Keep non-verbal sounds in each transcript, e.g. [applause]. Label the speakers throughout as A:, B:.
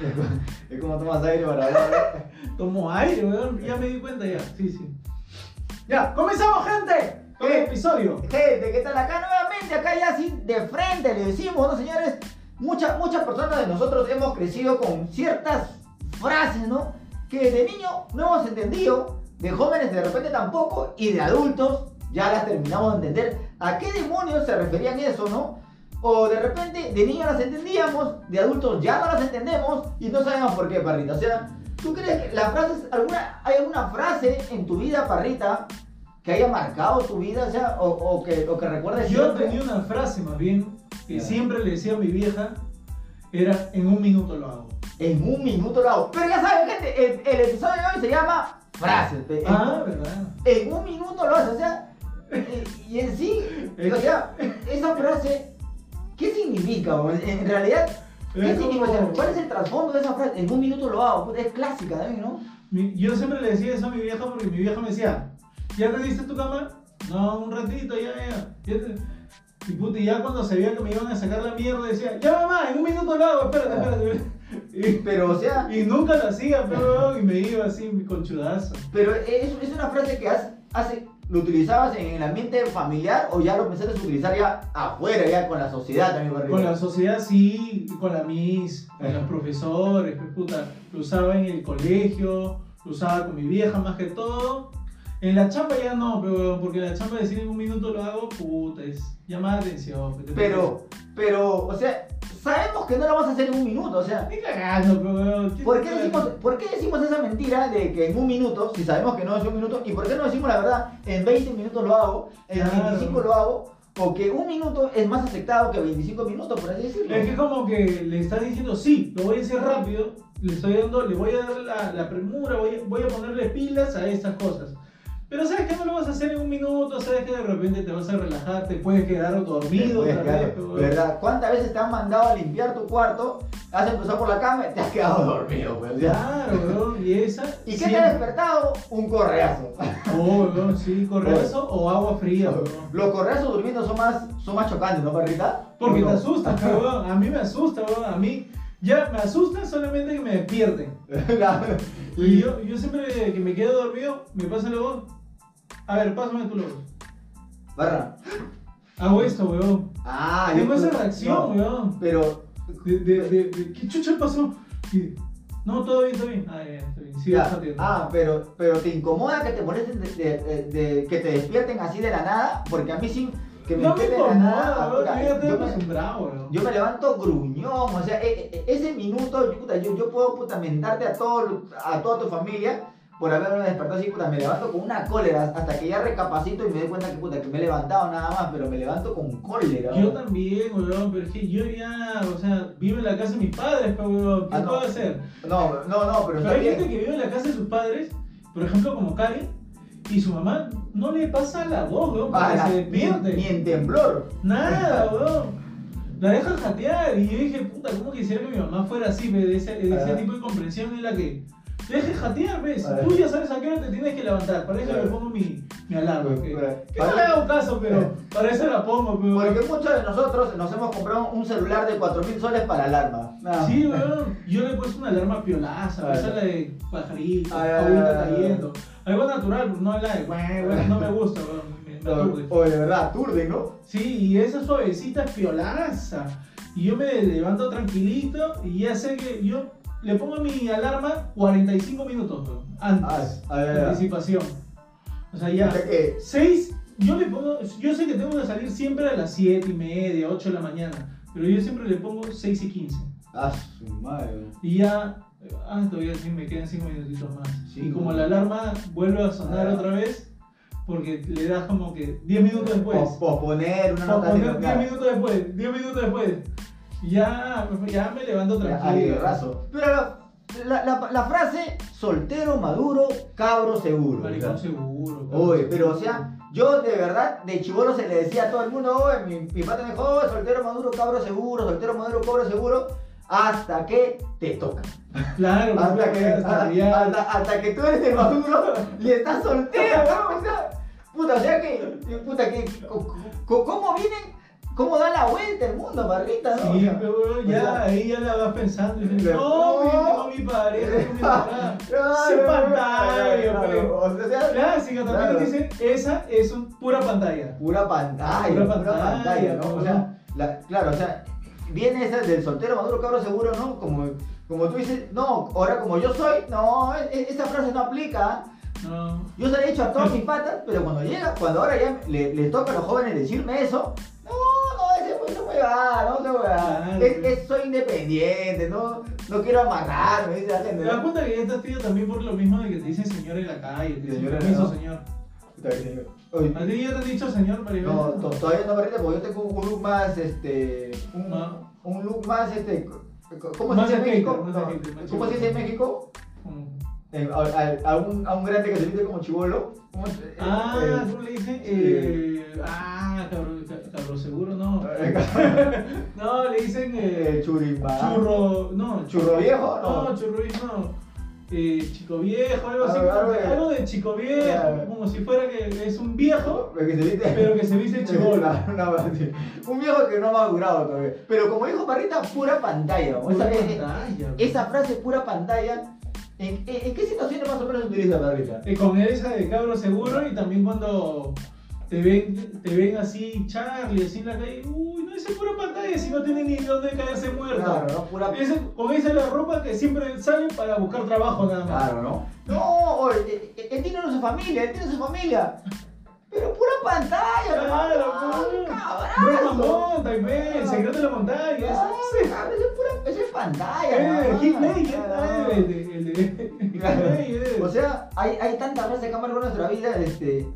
A: Es como, es como tomas aire para hablar. ¿eh?
B: Tomó aire, weón. Ya me di cuenta ya. Sí, sí. Ya, comenzamos, gente. Con el
A: Eh.
B: episodio.
A: Gente, ¿qué tal acá? Nuevamente, acá ya así de frente le decimos, ¿no, señores? Muchas, muchas personas de nosotros hemos crecido con ciertas frases, ¿no? Que de niño no hemos entendido, de jóvenes de repente tampoco, y de adultos ya las terminamos de entender. ¿A qué demonios se referían eso, no? O de repente de niños las entendíamos, de adultos ya no las entendemos y no sabemos por qué, Parrita. O sea, ¿tú crees que las frases, alguna, hay alguna frase en tu vida, Parrita, que haya marcado tu vida, o sea, o, o que, o que recuerdes
B: Yo
A: siempre?
B: tenía una frase más bien que
A: Ya.
B: siempre le decía a mi vieja: era en un minuto lo hago.
A: en un minuto lo hago. Pero ya saben, gente, el, el episodio de hoy se llama Frases. pe. En,
B: Ah, ¿verdad?
A: en un minuto lo haces, o sea, y, y en sí, o sea, esa frase, ¿qué significa? bro? En, en realidad, ¿qué
B: Es
A: significa? O sea,
B: como-
A: ¿Cuál es el trasfondo de esa frase? En un minuto lo hago, puta, es clásica también, ¿no?
B: Mi- Yo siempre le decía eso a mi vieja porque mi vieja me decía, ¿ya rendiste tu cama? No, un ratito, ya, ya. ya te-". Y puta, y ya cuando se veía que me iban a sacar la mierda, decía, ya mamá, en un minuto lo hago, espérate, espérate. [laughs] Y-
A: Pero, o sea,
B: Y, nunca lo hacía, pero y me iba así, mi conchudazo.
A: Pero es, es una frase que has- hace, lo utilizabas en el ambiente familiar o ya lo pensaste utilizar ya afuera, ya con la sociedad también, Barrio?
B: Con la sociedad sí, con la mis, con los profesores, pues, puta, lo usaba en el colegio, lo usaba con mi vieja más que todo. En la chamba ya no, pero porque en la chamba decir en un minuto lo hago, puta, es llamar la atención. pues, te
A: Pero, pero, o sea, sabemos que no lo vas a hacer en un minuto, o sea,
B: parece. Ni cagando, "Ah, pero.
A: ¿por qué decimos, por qué decimos esa mentira de que en un minuto, si sabemos que no es un minuto, y por qué no decimos la verdad, en 20 minutos lo hago, en
B: Claro.
A: 25 lo hago, o que un minuto es más aceptado que 25 minutos, por así decirlo?
B: Es que como que le estás diciendo, sí, lo voy a hacer rápido, le estoy dando, le voy a dar la, la premura, voy a, voy a ponerle pilas a estas cosas. Pero sabes que no lo vas a hacer en un minuto, sabes que de repente te vas a relajar, te puedes quedar dormido
A: Pues,
B: otra
A: claro,
B: vez, pero-
A: ¿Verdad? ¿Cuántas veces te han mandado a limpiar tu cuarto? Has empezado por la cama y te has quedado [laughs] dormido, pues, ya.
B: Claro, weón, y esa.
A: [laughs] ¿Y qué te ha
B: siempre-
A: despertado? Un [laughs] correazo.
B: [laughs] Oh, weón, sí, correazo o agua fría, weón.
A: Los correazos durmiendo son más, son más chocantes, ¿no, perrita?
B: Porque
A: ¿O
B: te
A: no?
B: asusta, weón. A mí me asusta, weón. A mí ya me asusta solamente que me despierten.
A: [laughs] Claro.
B: Y yo, yo siempre que me quedo dormido, me pasa el logo. A ver, pásame tu logo.
A: Barra.
B: Hago esto, weón.
A: Ah, yo-
B: Tengo esa reacción,
A: no,
B: weón.
A: Pero,
B: De, de, de, de- ¿Qué chucha pasó? Y- no, todo bien, todo bien. Ah, ya, está bien. Sí,
A: ya.
B: vas a
A: ah, pero, pero te incomoda que te molesten, de, de- de- de- que te despierten así de la nada, porque a mí sí, que me
B: No me
A: despierten de la
B: incomoda,
A: nada.
B: weón.
A: puta,
B: Yo ya estoy
A: yo me-
B: acostumbrado, weón.
A: Yo me levanto gruñón, o sea, e- e- ese minuto, yo, puta, yo, yo puedo puta, mentarte a, todo, a toda tu familia por haberme despertado así, puta, me levanto con una cólera, hasta que ya recapacito y me doy cuenta que, puta, que me he levantado nada más, pero me levanto con cólera.
B: Yo
A: weón.
B: también, weón, pero es que yo ya, o sea, vivo en la casa de mis padres, pero weón, ¿qué
A: Ah, no.
B: puedo hacer?
A: No, no, no, pero
B: Pero
A: está
B: hay
A: bien.
B: gente que vive en la casa de sus padres, por ejemplo, como Karen, y su mamá no le pasa la voz, weón, porque
A: Para,
B: se
A: ni,
B: despierte.
A: ni en temblor.
B: Nada, weón. La dejan jatear y yo dije, puta, ¿cómo quisiera que mi mamá fuera así? pe? De ese, de ese
A: Ah.
B: tipo de comprensión en la que te dejes jatear, ¿ves?
A: Ah.
B: Tú ya sabes a qué hora te tienes que levantar. Para eso
A: Claro.
B: le pongo mi, mi alarma.
A: Claro.
B: Que, que
A: Para-
B: no le hago caso,
A: [laughs]
B: pero para eso la pongo, pero...
A: Porque muchos de nosotros nos hemos comprado un celular de 4.000 soles para alarma. Nada
B: Sí, weón. Yo le he puesto una alarma piolaza,
A: Ah,
B: esa la de pajarito,
A: Ah, ya, ya,
B: agüita
A: ya, ya.
B: cayendo. Algo natural, no la de "Guau, guau", no me gusta, weón. me- me aturde.
A: O de verdad, turde, ¿no?
B: Sí, y esa suavecita es piolaza. Y yo me levanto tranquilito y ya sé que yo le pongo mi alarma 45 minutos, weón. Antes.
A: Ah, ya, ya,
B: de
A: ya.
B: Anticipación. O sea,
A: O
B: ya.
A: sea que-
B: 6, yo le pongo, yo sé que tengo que salir siempre a las 7 y media, 8 de la mañana, pero yo siempre le pongo 6 y 15.
A: Ah, su madre.
B: Y ya, eh, ah, todavía sí me quedan 5 minutitos más.
A: Sí,
B: y como
A: bueno.
B: la alarma vuelve a sonar
A: Ah.
B: otra vez, porque le das como que 10 minutos después.
A: Pos- posponer una
B: Por
A: nota de
B: poner 10 minutos después, 10 minutos después. Ya, pues, ya me levanto tranquilo.
A: Aguirrazo. Pero la, la, la, la frase soltero, maduro, cabro seguro.
B: Maricón
A: o sea.
B: seguro. cabrón.
A: Oye, pero o sea, yo de verdad, de chivolo se le decía a todo el mundo, oye, mi, mi pata me dijo, "Oye, soltero, maduro, cabro seguro, soltero, maduro, cabro seguro, hasta que te toca.
B: Claro,
A: Hasta
B: porque
A: que,
B: hasta
A: hasta,
B: ya-
A: hasta- hasta que tú eres el maduro y estás soltero, ¿no? O sea, puta, o sea que, puta, que, co- co- ¿cómo vienen? ¿Cómo da la vuelta el mundo, barrita? ¿no? O
B: Sí,
A: sea,
B: pero
A: o sea,
B: ya, ahí ya la vas pensando. Y dices,
A: [laughs] Pero-
B: no, yo tengo a mi pareja, tengo a mi pareja.
A: [laughs] claro,
B: Sin
A: claro,
B: pantalla,
A: claro,
B: pero-
A: o sea,
B: Clásica, también
A: Claro.
B: dicen, esa es un- pura pantalla.
A: Pura pantalla,
B: Pura
A: pura
B: pantalla,
A: pantalla, ¿no? O sea, la- claro, o sea, viene esa del soltero maduro, cabro seguro, ¿no? Como, como tú dices, no, ahora como yo soy, no, e- esa frase no aplica. ¿ah?
B: No.
A: Yo se la he hecho a todos mis patas, pero cuando llega, cuando ahora ya le, le toca a los jóvenes decirme eso, no, no, ese güey no me va, no se va.
B: Claro.
A: Es, es- soy independiente, no, no quiero amarrarme, dice la gente.
B: Te
A: ¿no?
B: das cuenta que estás tío también por lo mismo de que te dicen señor en la calle, te dicen
A: Señor en la
B: permiso,
A: calle.
B: señor.
A: Oye,
B: ¿A ti ya te han dicho señor, para
A: No, to- todavía no barrita, porque yo tengo un look más, este, un,
B: Ah.
A: un look más, este, c- c- ¿cómo se
B: Más
A: dice en
B: skater,
A: México?
B: más
A: No,
B: skater, más
A: ¿Cómo se dice en México?
B: Mm.
A: Eh, a, a- a un, a un grande que se viste como chivolo. ¿Cómo se- eh,
B: Ah,
A: eh,
B: ¿cómo le dicen? Eh, ah, cabrón, ca- cabrón
A: [laughs]
B: seguro, no. No, le dicen eh,
A: eh, [laughs] churrimba.
B: churro, no,
A: Churro viejo,
B: No,
A: no.
B: churro no. Eh, chico viejo, algo así,
A: Algo-
B: como que-
A: algo de-
B: algo de chico viejo,
A: Claro.
B: como si fuera que es un viejo,
A: El que se viste- [laughs]
B: pero que se viste chivolo.
A: Una- una- un viejo que no ha madurado todavía. Pero como dijo Parrita, pura pantalla. ¿no? Esa, eh, eh,
B: pantalla,
A: esa frase, pura pantalla, ¿en, en- en qué situaciones más o menos utiliza Parrita?
B: Eh, con esa de cabro seguro y también cuando te ven, te ven así, Charlie, así en la calle, uy, no, ese es pura pantalla, si no tiene ni dónde caerse muerto.
A: Claro, ¿no? Pura
B: Ese- con esa es la ropa que siempre sale para buscar trabajo nada más.
A: Claro, ¿no? No, oye, él, él tiene su familia, él tiene su familia. Pero pura pantalla,
B: Claro,
A: hermano, Ah,
B: Ropa
A: cabrazo.
B: monta y ve, el secreto de la montaña.
A: Claro,
B: ese- ese-
A: cabrón, eso es pura- eso es pantalla. nada
B: Eh,
A: más.
B: Hitler,
A: Claro.
B: eh, el de- el de- el
A: Claro.
B: de-
A: O sea, hay, hay tantas frases que han marcado nuestra vida, este.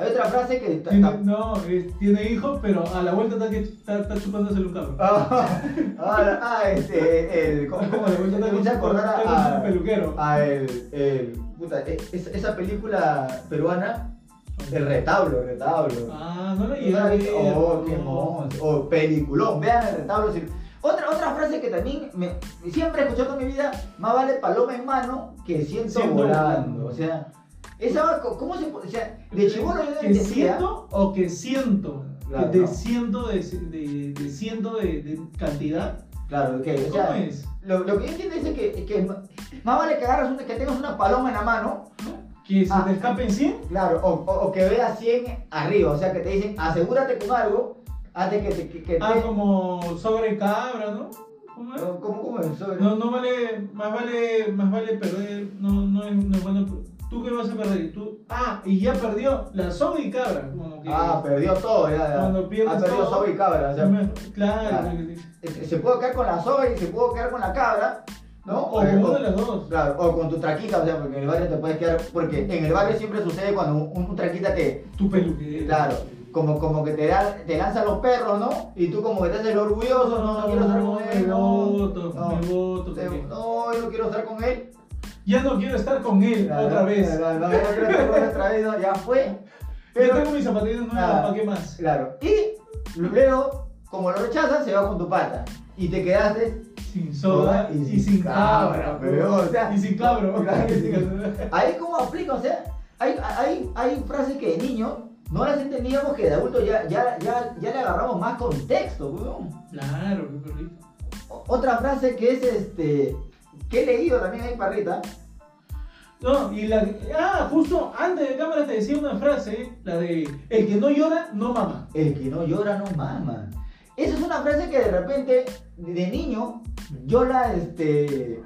A: Hay otra frase que. ta-
B: Tiene-
A: ta- [laughs]
B: No, es- tiene hijos, pero a la vuelta está, que- está, está chupándose un cabro.
A: Ah, ah, ah, este, el. ¿Cómo, cómo
B: A la vuelta
A: me hice
B: está con-
A: acordar
B: está con
A: a,
B: un peluquero.
A: a, a el, el- puta, e- esa, esa película peruana, El Retablo, El Retablo.
B: Ah, no lo
A: O sea,
B: llegué.
A: Oh, qué
B: no.
A: monstruo. O peliculón. Vean el retablo. si- Otra, otra frase que también me, siempre he escuchado en mi vida, más vale paloma en mano que siento
B: Siento volando.
A: volando. O sea, esa va co- ¿cómo se po- O sea, de chivolo yo no
B: ¿Que
A: entendía.
B: siento o que siento?
A: Claro,
B: de
A: no.
B: siento de, de, de ciento de, de cantidad.
A: Claro, que o
B: ¿Cómo
A: sea,
B: es?
A: lo, lo que yo entiendo es que, que ma- más vale que agarras una, que tengas una paloma en la mano,
B: ¿Que se
A: Ah.
B: te escapen 100?
A: claro, o, o- o que veas 100 arriba, o sea, que te dicen, asegúrate con algo antes que te... Que, que
B: Ah,
A: te-
B: como sobre cabra, ¿no? ¿Cómo es?
A: ¿Cómo, cómo es eso?
B: No, no vale, más vale, más vale perder, no, no es, no es bueno. ¿Tú qué vas a perder? Tú, ah, y ya perdió la soga y cabra. Como que,
A: Ah, perdió todo, ya, ya.
B: Cuando pierdes
A: ha perdido
B: todo,
A: soga y cabra, o sea,
B: claro,
A: claro.
B: porque te-
A: se se puede quedar con la soga y se puede quedar con la cabra, ¿no?
B: o
A: Eh,
B: con uno de las dos.
A: claro, o con tu traquita, o sea, porque en el barrio te puedes quedar, porque en el barrio siempre sucede cuando un, un traquita te,
B: Tu peluquero.
A: claro, como, como que te, da, te lanzan los perros, ¿no? Y tú como que te haces el orgulloso, no, no quiero estar con
B: me
A: él, no,
B: voto,
A: no,
B: me voto.
A: te-
B: porque-
A: no, yo no quiero estar con él.
B: Ya no quiero estar con él otra vez.
A: No, no, no, no quiero estar con él otra vez, no, ya fue.
B: Yo
A: Pero-
B: tengo mis zapatillas nuevas,
A: Claro.
B: ¿para qué más?
A: Claro. Y luego, como lo rechazas, se va con tu pata. Y te quedaste.
B: Sin soga y, sin cabra.
A: pero, o sea,
B: y sin cabro.
A: claro, y sin- Ahí cómo aplica, o sea, hay, hay, hay frases que de niño no las entendíamos que de adulto ya, ya, ya, ya le agarramos más contexto, weón.
B: [laughs] Claro, qué perrito.
A: O- Otra frase que es este. que he leído también ahí, parrita.
B: No, y la. Ah, justo antes de cámara te decía una frase, la de. El que no llora, no mama.
A: El que no llora no mama. Esa es una frase que de repente, de niño, yo la, este,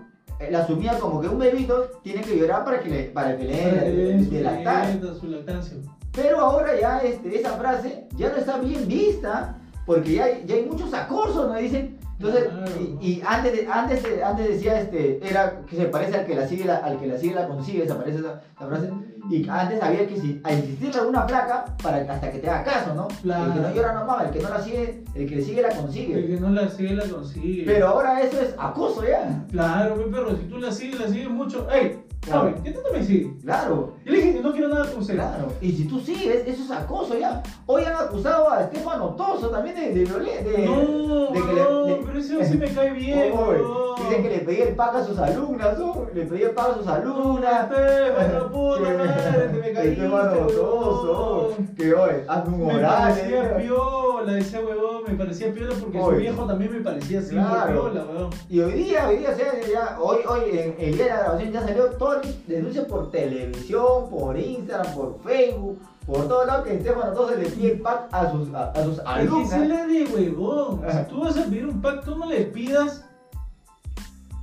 A: la asumía como que un bebito tiene que llorar para que le, para que le den
B: Para que le den
A: Eh, de
B: su
A: lactar.
B: dieta, su lactancia.
A: Pero ahora ya este, esa frase ya no está bien vista porque ya, hay- ya hay muchos acosos, ¿no? Dicen. Entonces,
B: Claro.
A: y, y antes, de- antes, de- antes decía, este, era que se parece al que la sigue, la, al que la sigue la consigue, se parece esa, esa frase. Y antes había que si, a insistirle a una placa para, que- hasta que te haga caso, ¿no?
B: Claro.
A: El que no llora no mama, el que no la sigue, el que le sigue la
B: El
A: consigue.
B: que no la sigue, la consigue.
A: Pero ahora eso es acoso ya.
B: Claro, pe perro, si tú la sigues, la sigues mucho. ¡Ey!
A: Claro.
B: Joven, ¿qué tanto me sigue?
A: Claro.
B: Y le dije, no quiero nada con usted.
A: Claro. Y si tú sigues, eso es acoso ya. Hoy han acusado a Estefano Toso también de, de, violen- de-
B: No,
A: de que le-
B: no,
A: le-
B: pero eso sí me
A: [laughs]
B: cae bien.
A: Oye,
B: no.
A: Dicen que le pedía el paga a sus alumnas, ¿no? Le pedía el paga a sus alumnas. [laughs]
B: Esteban, la puta madre, te me caíste,
A: Estefano Toso,
B: huevón.
A: que hoy, hazme un
B: Me
A: oral.
B: parecía
A: ¿eh?
B: piola ese huevón, me parecía piola porque su
A: Oye.
B: viejo también me parecía siempre
A: Claro.
B: piola, huevón.
A: Y hoy día, hoy día, o sea, ya- hoy, hoy, en el día de la grabación ya salió todas las denuncias por televisión, por Instagram, por Facebook, por todo lado que Estefano Toso le pide el pack a sus, a, a sus
B: Es que
A: alumnas.
B: se la de
A: [laughs]
B: huevón.
A: Ajá.
B: Si tú vas a pedir un pack, tú no le pidas.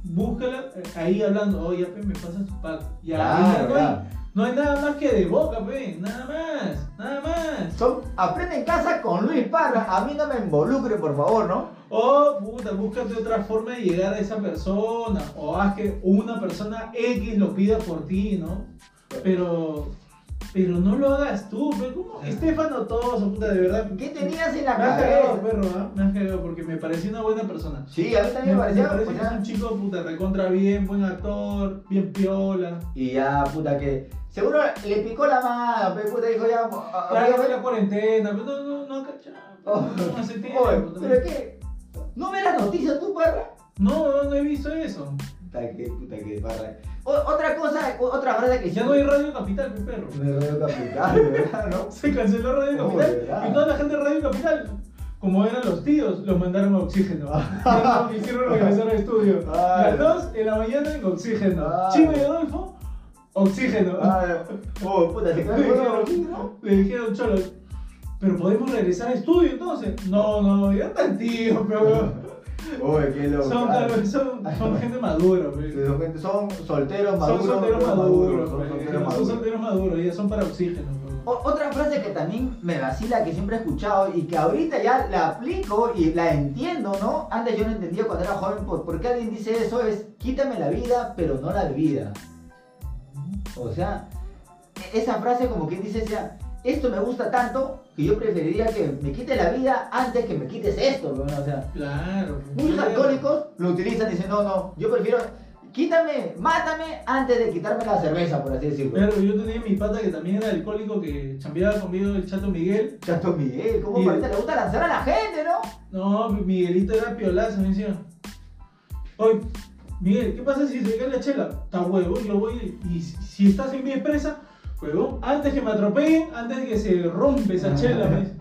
B: Búscala eh, ahí hablando. Oye, pe, me pasas tu pack. Ya,
A: Claro,
B: ahí,
A: claro.
B: No hay nada más que de boca, pe. Nada más. Nada más.
A: Son, aprende en casa con Luis Parra, a mí no me involucre, por favor, ¿no?
B: O puta, búscate otra forma de llegar a esa persona. O haz que una persona X lo pida por ti, ¿no? Pero. Pero no lo hagas tú, pe. ¿Cómo? Estefano Toso, puta, de verdad.
A: Ah. ¿Qué tenías en la
B: Me has cagado,
A: cabeza?
B: perro, ¿ah? Me has cagado porque me pareció una buena persona.
A: Sí, a mí también me parecía,
B: parece
A: pues,
B: que es
A: ya-
B: un chico puta recontra bien, buen actor, bien piola.
A: Y ya, puta, que seguro le picó la mano, pe, puta, dijo ya... a- a-
B: Claro,
A: voy a
B: fue
A: ver-
B: la cuarentena, pero no, no, no, cachaba,
A: Ah, Oh,
B: no hace tiempo.
A: Oye,
B: puta.
A: pero es que, ¿no ves las noticias tú, Parra?
B: No, no he visto eso.
A: Puta que, puta que Parra. O- otra cosa, o- otra frase que
B: Ya no hay Radio Capital, mi perro.
A: de Radio Capital, ¿verdad? [laughs] ¿No?
B: [laughs] Se canceló Radio
A: No,
B: Capital
A: ¿verdad?
B: y toda la gente de Radio Capital, como eran los tíos, los mandaron
A: [laughs]
B: a oxígeno. [laughs] Ya no quisieron regresar al estudio.
A: Ay.
B: Las dos en la mañana en oxígeno.
A: Ay.
B: Chino y Adolfo, oxígeno.
A: Ah, oh,
B: [laughs]
A: puta, se quedó el juego aquí, ¿no?
B: Le dijeron cholos, pero podemos regresar al estudio entonces. No, no, ya tan tío,
A: [laughs]
B: pero
A: Oye, qué loco.
B: son,
A: claro.
B: tal- son, son gente madura, pe.
A: Sí, son, gente- son solteros maduros.
B: Son solteros
A: pero
B: maduros,
A: Son
B: pe.
A: solteros
B: son
A: maduros.
B: solteros maduros, ya son para oxígeno. pues. pe.
A: O- Otra frase que también me vacila, que siempre he escuchado y que ahorita ya la aplico y la entiendo, ¿no? Antes yo no entendía cuando era joven, por, por qué alguien dice eso, es quítame la vida, pero no la bebida. O sea, e- esa frase como quien dice, o sea, esto me gusta tanto que yo preferiría que me quite la vida antes que me quites esto, ¿no? O sea,
B: Claro. pe.
A: muchos alcohólicos lo utilizan y dicen, no, no, yo prefiero, quítame, mátame antes de quitarme la cerveza, por así decirlo.
B: Pero yo tenía mi pata que también era alcohólico, que chambeaba conmigo el chato Miguel.
A: Chato Miguel, ¿cómo
B: Y-
A: ahorita le gusta lanzar a la gente, no?
B: No, Miguelito era piolazo, me decía. Oye, Miguel, ¿qué pasa si se cae la chela? Está huevón, yo voy y si- si estás en vía expresa, huevón, antes que me atropellen, antes que se rompe esa chela, me dice.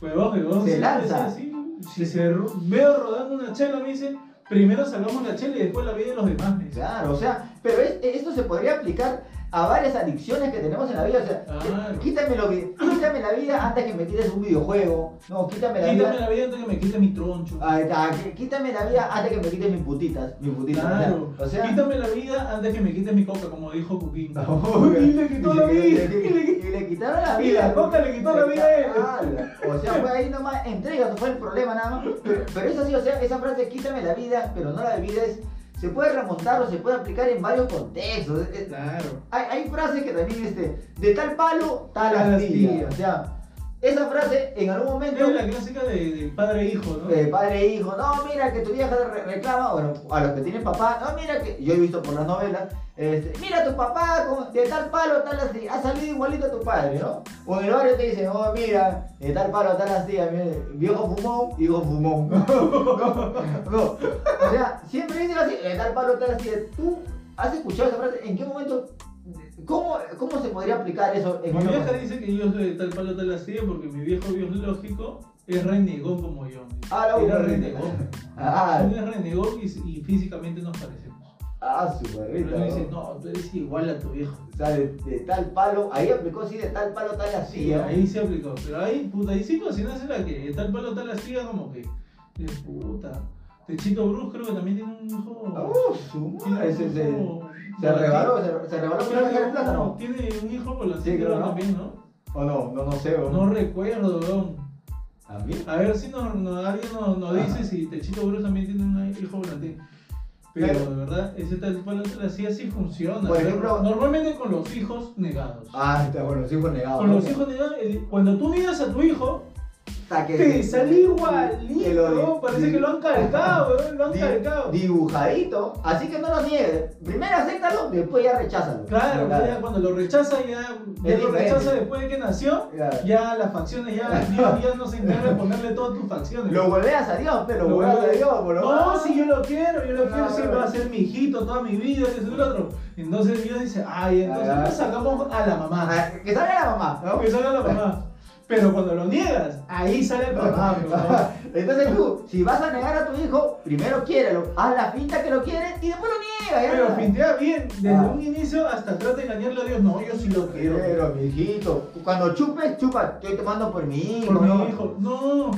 B: Huevón, huevón,
A: Ah. Se
B: siempre
A: lanza.
B: es así. Si se ro- veo rodando una chela, me dice, primero salvamos la chela y después la vida de los demás, me dice.
A: Claro, o sea, pero es- esto se podría aplicar a varias adicciones que tenemos en la vida. O sea,
B: Claro.
A: quítame, lo que, quítame la vida antes que me quites un videojuego. No, quítame la
B: Quítame
A: vida.
B: la vida antes que me quite mi troncho.
A: Ahí está, qui- quítame la vida antes que me quites mis putitas. Mis putitas.
B: Claro,
A: O sea, [laughs]
B: quítame la vida antes que me quite mi coca, como dijo Cuquín.
A: Oye,
B: Y le quitó la vida,
A: le-
B: y le quitó-
A: y le quitaron la
B: y
A: vida.
B: la coca le quitó la vida a él.
A: Ala, O sea, fue ahí nomás, entrega, fue el problema nada más. Pero, pero eso sí, o sea, esa frase, quítame la vida, pero no la bebida, es, se puede remontar o se puede aplicar en varios contextos. Es- es-
B: Claro.
A: Hay, hay frases que también, este, de tal palo, tal
B: Tal
A: astilla.
B: astilla.
A: O sea, esa frase en algún momento,
B: Es la clásica de, de padre e hijo, ¿no?
A: eh, padre e hijo, no, mira que tu vieja re- reclama, bueno, a los que tienen papá, no, mira que, yo he visto por las novelas, este, mira tu papá con- de tal palo, tal astilla, ha salido igualito a tu padre, ¿no? O en el barrio te dicen, oh, mira, de tal palo, tal astilla, mira, viejo fumón, hijo fumón. [laughs] no, no, o sea, siempre dicen así, de tal palo, tal astilla, tú has escuchado esa frase, ¿en qué momento? ¿Cómo, cómo se podría aplicar eso en
B: Mi
A: otro
B: vieja
A: contexto?
B: dice que yo soy de tal palo, tal astilla, porque mi viejo biológico es renegón como yo.
A: Ah, la
B: Era
A: boca.
B: renegón.
A: Ah.
B: Él es renegón y, y físicamente nos parecemos.
A: Ah, su
B: Pero
A: perrito.
B: él me
A: ¿no?
B: dice, no, tú eres igual a tu viejo.
A: O sea, de, de tal palo, ahí aplicó sí, de tal palo, tal ¿eh?
B: Sí,
A: astilla.
B: ahí se aplicó. Pero ahí, puta, ahí sí cocinas la que de tal palo, tal astilla, como que. De puta. Techito Bruce creo que también tiene un hijo.
A: Uh, su madre, se, se,
B: hijo-
A: se rebaló, se, se rebaló con la caja de
B: Claro,
A: plátano.
B: Tiene un hijo por la
A: Sí, creo, ¿no?
B: también, ¿no?
A: O no, no, no sé, o
B: No recuerdo, weón.
A: ¿A mí?
B: A ver si nos, nos- alguien nos, nos dice si Techito Bruce también tiene un hijo volantín. Pero
A: Claro.
B: de verdad, ese tal cual así así funciona.
A: Por ejemplo-
B: Normalmente con los hijos negados.
A: Ah, está con los hijos negados.
B: con
A: ¿no?
B: los hijos negados, el- cuando tú niegas a tu hijo,
A: Hasta que
B: Te
A: se-
B: salí
A: que lo di-
B: igualito, parece
A: di-
B: que lo han calcado, weón, lo han
A: di-
B: calcado.
A: Dibujadito. Así que no lo niegues. Primero acéptalo, después ya recházalo.
B: Claro, pues
A: Claro.
B: ya cuando lo rechaza, ya, ya
A: Es
B: lo
A: diferente.
B: rechaza después de que nació,
A: Claro.
B: ya las facciones, ya Dios ya no se encarga de ponerle todas tus facciones.
A: Lo volveas a Dios, pero
B: Lo
A: lo volveas a
B: vuelves-
A: Dios, por lo
B: No,
A: menos.
B: si yo lo quiero, yo lo quiero,
A: Claro.
B: siempre va a ser mi hijito toda mi vida, que es el otro. Entonces Dios dice, ay, entonces
A: Ah.
B: nos sacamos a la mamá.
A: Ah, Que salga la mamá, ¿no?
B: Que salga la mamá. Pero cuando lo niegas, ahí sale el
A: Ah.
B: papá,
A: [laughs]
B: mi mamá.
A: Entonces tú, si vas a negar a tu hijo, primero quiérelo, haz la finta que lo quieres y después lo niegas.
B: Pero pintea bien, desde
A: Ah.
B: un inicio hasta trata de engañarle a Dios. No, yo sí lo quiero.
A: Pero, mi hijito, cuando chupes, chupa, estoy tomando por mi hijo.
B: Por
A: ¿no?
B: mi hijo. No,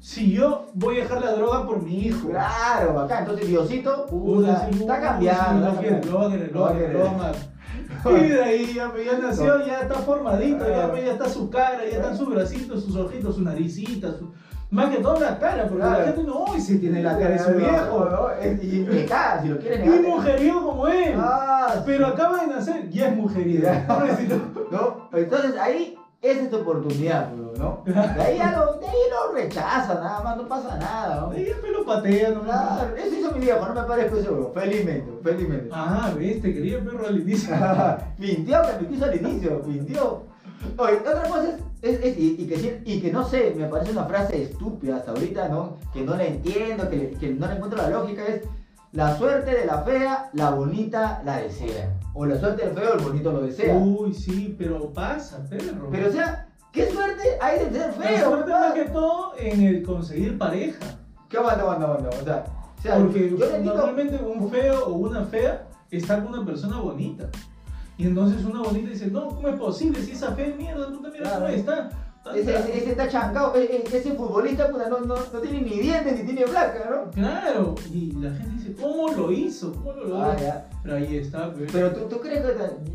B: si yo voy a dejar la droga por mi hijo.
A: Claro, acá, entonces Diosito,
B: Puta,
A: puta,
B: sí,
A: está
B: uy,
A: cambiando.
B: sí,
A: está
B: lo quiere,
A: cambiando.
B: lo va a querer, lo
A: Lo va
B: va a
A: a
B: querer,
A: querer.
B: lo va a
A: [laughs]
B: amar. Y de ahí ya, pues, ya nació, ya está formadito, ya,
A: Ah.
B: pues, ya está su cara, ya están sus bracitos, sus ojitos, su naricita, su- más que todo la cara, porque
A: Claro.
B: la gente no, uy, si tiene la cara de su viejo.
A: ¿no? Es- Y te cagas, si lo quieres
B: Y
A: negar. te-
B: mujeriego como él.
A: Ah,
B: Pero acaba de nacer, ya es mujeriego.
A: Ya.
B: [laughs] Pobrecito.
A: [laughs] ¿no? Entonces ahí, esa es tu oportunidad, bro,
B: [laughs]
A: ¿no? De ahí, ya lo, de ahí lo rechaza, nada más, no pasa nada, ¿no?
B: Ahí ya me lo patea, no
A: Claro, eso hizo mi viejo, no me parezco ese bro. Felizmente, felizmente.
B: Ah, ves, te quería perro al inicio.
A: [laughs] mintió que me quiso al inicio, mintió. Oye, otra cosa es, es- es- y, y que, sí- y que no sé, me parece una frase estúpida hasta ahorita, ¿no? Que no la entiendo, que, le- que no le encuentro la lógica, es la suerte de la fea, la bonita la desea. O la suerte del feo, el bonito lo desea.
B: Uy, sí, pero pasa, perro.
A: Pero o sea, ¿qué suerte hay de ser
B: la
A: feo?
B: suerte más que todo en el conseguir pareja.
A: ¿Qué aguanta, aguanta, aguanta? O sea, o sea
B: Porque
A: yo le entiendo...
B: normalmente un feo o una fea está con una persona bonita. Y entonces una bonita dice, no, ¿cómo es posible? Si esa fea es mierda, puta mira
A: Claro.
B: cómo está. Tan-
A: Ese, ese- ese está chancado, e- e- ese, futbolista puta, no, no, no tiene ni dientes ni tiene placa, ¿no?
B: Claro. Y la gente dice, ¿cómo lo hizo? ¿Cómo lo logró?
A: Ah, ya.
B: Pero ahí está, pues.
A: Pero tú, tú crees que.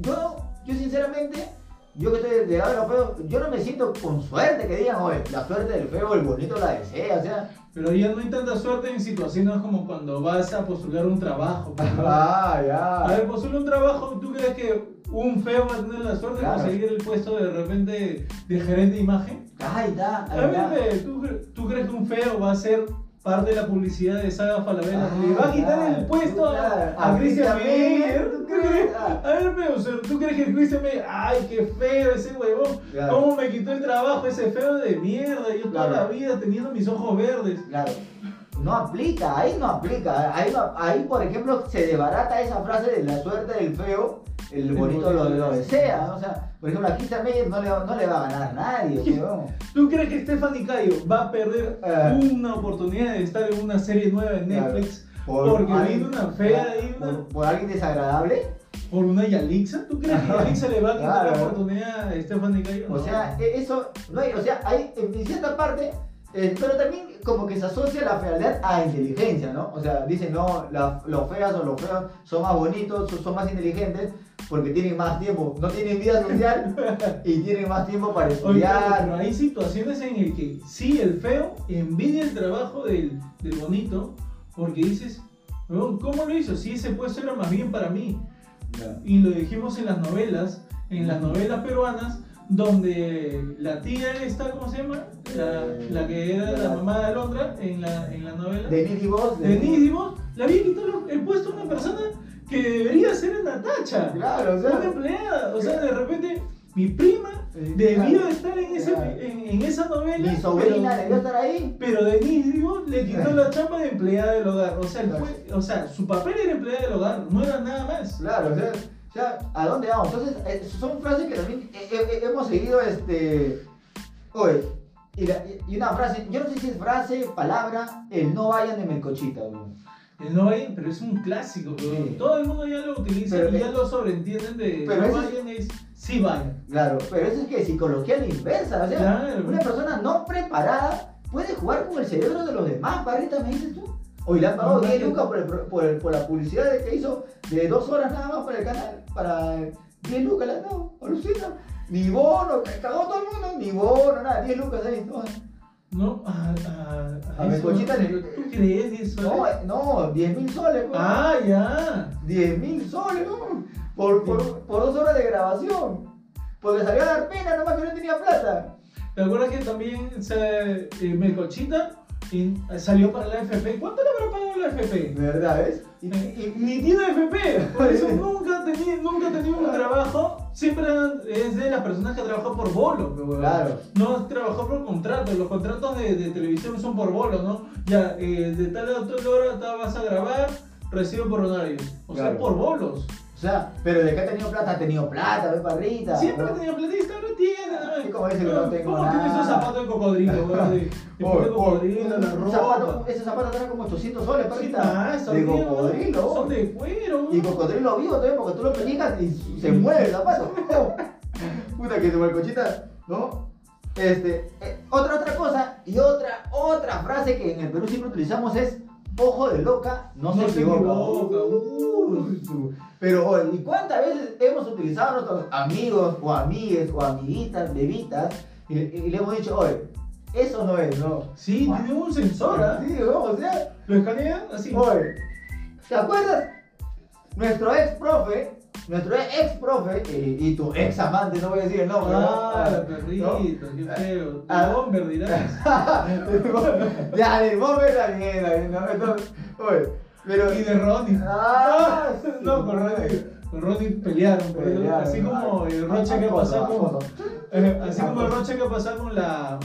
A: Yo, yo sinceramente, yo que estoy del lado de los feos, yo no me siento con suerte que digan, oye, la suerte del feo, el bonito la desea, o sea.
B: Pero ya no hay tanta suerte en situaciones como cuando vas a postular un trabajo. pues, ¿no? A
A: ya.
B: ver, postula un trabajo, ¿tú crees que un feo va a tener la suerte
A: Claro.
B: de conseguir el puesto de repente de gerente de imagen?
A: Ahí está,
B: A
A: ahí está.
B: ver, ¿tú, cre- tú crees que un feo va a ser parte de la publicidad de Saga Falabella?
A: Ah,
B: ¿Le va a quitar
A: claro,
B: el puesto a-
A: claro.
B: a,
A: A Christian
B: Christian
A: Bale,
B: Bale?
A: ¿tú
B: ¿Tú crees?
A: crees?
B: A ver, pero, o sea, ¿tú crees que Christian Bale, ay, qué feo ese huevón?
A: Claro.
B: ¿Cómo me quitó el trabajo ese feo de mierda? Yo toda
A: Claro.
B: la vida teniendo mis ojos verdes.
A: Claro. No aplica, ahí no aplica. Ahí, no- ahí, por ejemplo, se desbarata esa frase de la suerte del feo, el, bonito lo, lo desea. ¿no? O sea, por ejemplo, a Christian Meyer no le, va- no le va a ganar nadie, weón.
B: ¿Tú crees que Stephanie Cayo va a perder
A: Ah.
B: una oportunidad de estar en una serie nueva en
A: Claro.
B: Netflix
A: Por
B: porque
A: alguien-
B: viene una fea y una-
A: Por, por alguien desagradable.
B: por una Yalixa? ¿Tú crees que Yalixa le va a quitar la
A: Claro.
B: oportunidad a Stephanie Cayo?
A: O
B: No.
A: sea, e- eso, no hay, o sea, hay en en cierta parte, eh, pero también como que se asocia la fealdad a inteligencia, ¿no? O sea, dicen, no, la- los feas o los feos son más bonitos, son, son más inteligentes, porque tienen más tiempo, no tienen vida
B: [laughs]
A: social y tienen más tiempo para
B: Oye, claro,
A: estudiar.
B: pero hay situaciones en el que sí, el feo envidia el trabajo del, del bonito porque dices, "Huevón, ¿cómo lo hizo? Si ese puesto era más bien para mí. Y lo dijimos en las novelas, en las novelas peruanas, donde la tía esta, ¿cómo se llama? La,
A: Eh,
B: la que era la
A: la-
B: mamá de Alondra en la, en la novela.
A: Denise y vos,
B: Denise Dimos, le había quitado el puesto a una persona que debería ser Natacha.
A: Claro, o
B: Una
A: sea,
B: empleada, o sea, de repente mi prima
A: Sí,
B: debió
A: claro.
B: estar en, ese,
A: Claro.
B: en, en esa novela,
A: mi sobrina debió
B: pero,
A: estar ahí.
B: pero Denise digo, le quitó la chapa de empleada del hogar. O sea, el
A: Claro.
B: jue- o sea, su papel era empleada del hogar, no era nada más.
A: Claro, o sea, o sea, ¿a dónde vamos? Entonces, eh, son frases que también eh, eh, hemos seguido, este, oye, y, la- y una frase, yo no sé si es frase, palabra, el no vayan de Melcochita, weón.
B: El no vayan, pero es un clásico, pero
A: Sí.
B: todo el mundo ya lo utiliza
A: Pero
B: y
A: es-
B: ya lo sobreentienden de
A: pero
B: no
A: ese es-
B: vayan es sí vayan.
A: Claro, pero eso es que psicología a la inversa, o sea,
B: Claro.
A: una persona no preparada puede jugar con el cerebro de los demás, parrita, me dices tú. Hoy le han pagado
B: Ajá.
A: 10 lucas por, el pro- por, el- por la publicidad de que hizo de dos horas nada más para el canal, para 10 lucas le han dado, alucina. Ni bono, cagó todo el mundo, ni bono, nada, 10 lucas ahí, no.
B: No, a, a,
A: A ver,
B: eso no
A: Conchita,
B: creo.
A: le-
B: ¿Tú crees eso?
A: No, eh, no, 10 mil soles, pues.
B: ah, ya.
A: 10 mil soles, ¿no? Por, por, por dos horas de grabación. Porque salió a dar pena, nomás que no tenía plata.
B: ¿Te acuerdas que también se, eh, Melcochita y- salió para la FP? ¿Cuánto le habrá pagado la FP?
A: ¿Verdad? ¿Ves? Y, y-
B: Ni tiene FP,
A: [laughs]
B: por eso nunca tenía, nunca ha tenido un trabajo. Siempre es de las personas que trabajó por bolo, pe, huevón.
A: claro.
B: No trabajó por contrato, los contratos de, de televisión son por bolo, ¿no? Ya, eh, de tal a tal hora ta- vas a grabar, recibo por honorario. O sea,
A: Claro.
B: por bolos.
A: O sea, pero de que ha tenido plata, ha tenido plata, ¿ves, parrita?
B: Siempre
A: ¿no?
B: tenía platista, no tiene.
A: Y como dice que no tengo
B: ¿Cómo tiene
A: nada?
B: esos zapatos de
A: [laughs]
B: cocodrilo, güey? De, de
A: Oye,
B: poner cocodrilo,
A: oye,
B: la
A: un
B: ropa.
A: zapato- Ese zapato trae como 800 soles,
B: Sí,
A: parrita.
B: nada, son
A: de
B: míos,
A: cocodrilo.
B: Son de cuero.
A: Y cocodrilo vivo también, porque tú lo pelicas y se mueve el [laughs] zapato. Puta que se mueve cochita, ¿no? Este, eh, otra, otra cosa, y otra, otra frase que en el Perú siempre utilizamos es, ojo de loca, no, se, equivoca.
B: equivoca.
A: Uy, su- Pero, oye, ¿y cuántas veces hemos utilizado a nuestros amigos o amigues o amiguitas, bebitas, y, y le hemos dicho, oye, eso no es, no?
B: Sí, tiene un sensor, ¿ah?
A: Sí, ¿eh? ¿no? O sea,
B: Lo escanean así.
A: Oye, ¿te acuerdas? Nuestro ex profe, nuestro ex profe eh, y tu ex amante, no voy a decir el nombre,
B: Ah,
A: ¿no?
B: la perrita, qué feo.
A: Ah.
B: Ah, bomber dirás.
A: [laughs] ¿no? [laughs] ya, de vos ves la mierda, ¿no? Entonces, oye, pero...
B: Y de Ronnie.
A: Ah,
B: [laughs] No, con Ronnie. Con Ronnie pelearon, por ahí.
A: Pelearon,
B: así como
A: ah,
B: el Rocha
A: ah, ah,
B: que ha
A: cosa,
B: pasado con.
A: cosa.
B: eh, Así como el Rocha que ha pasado con la.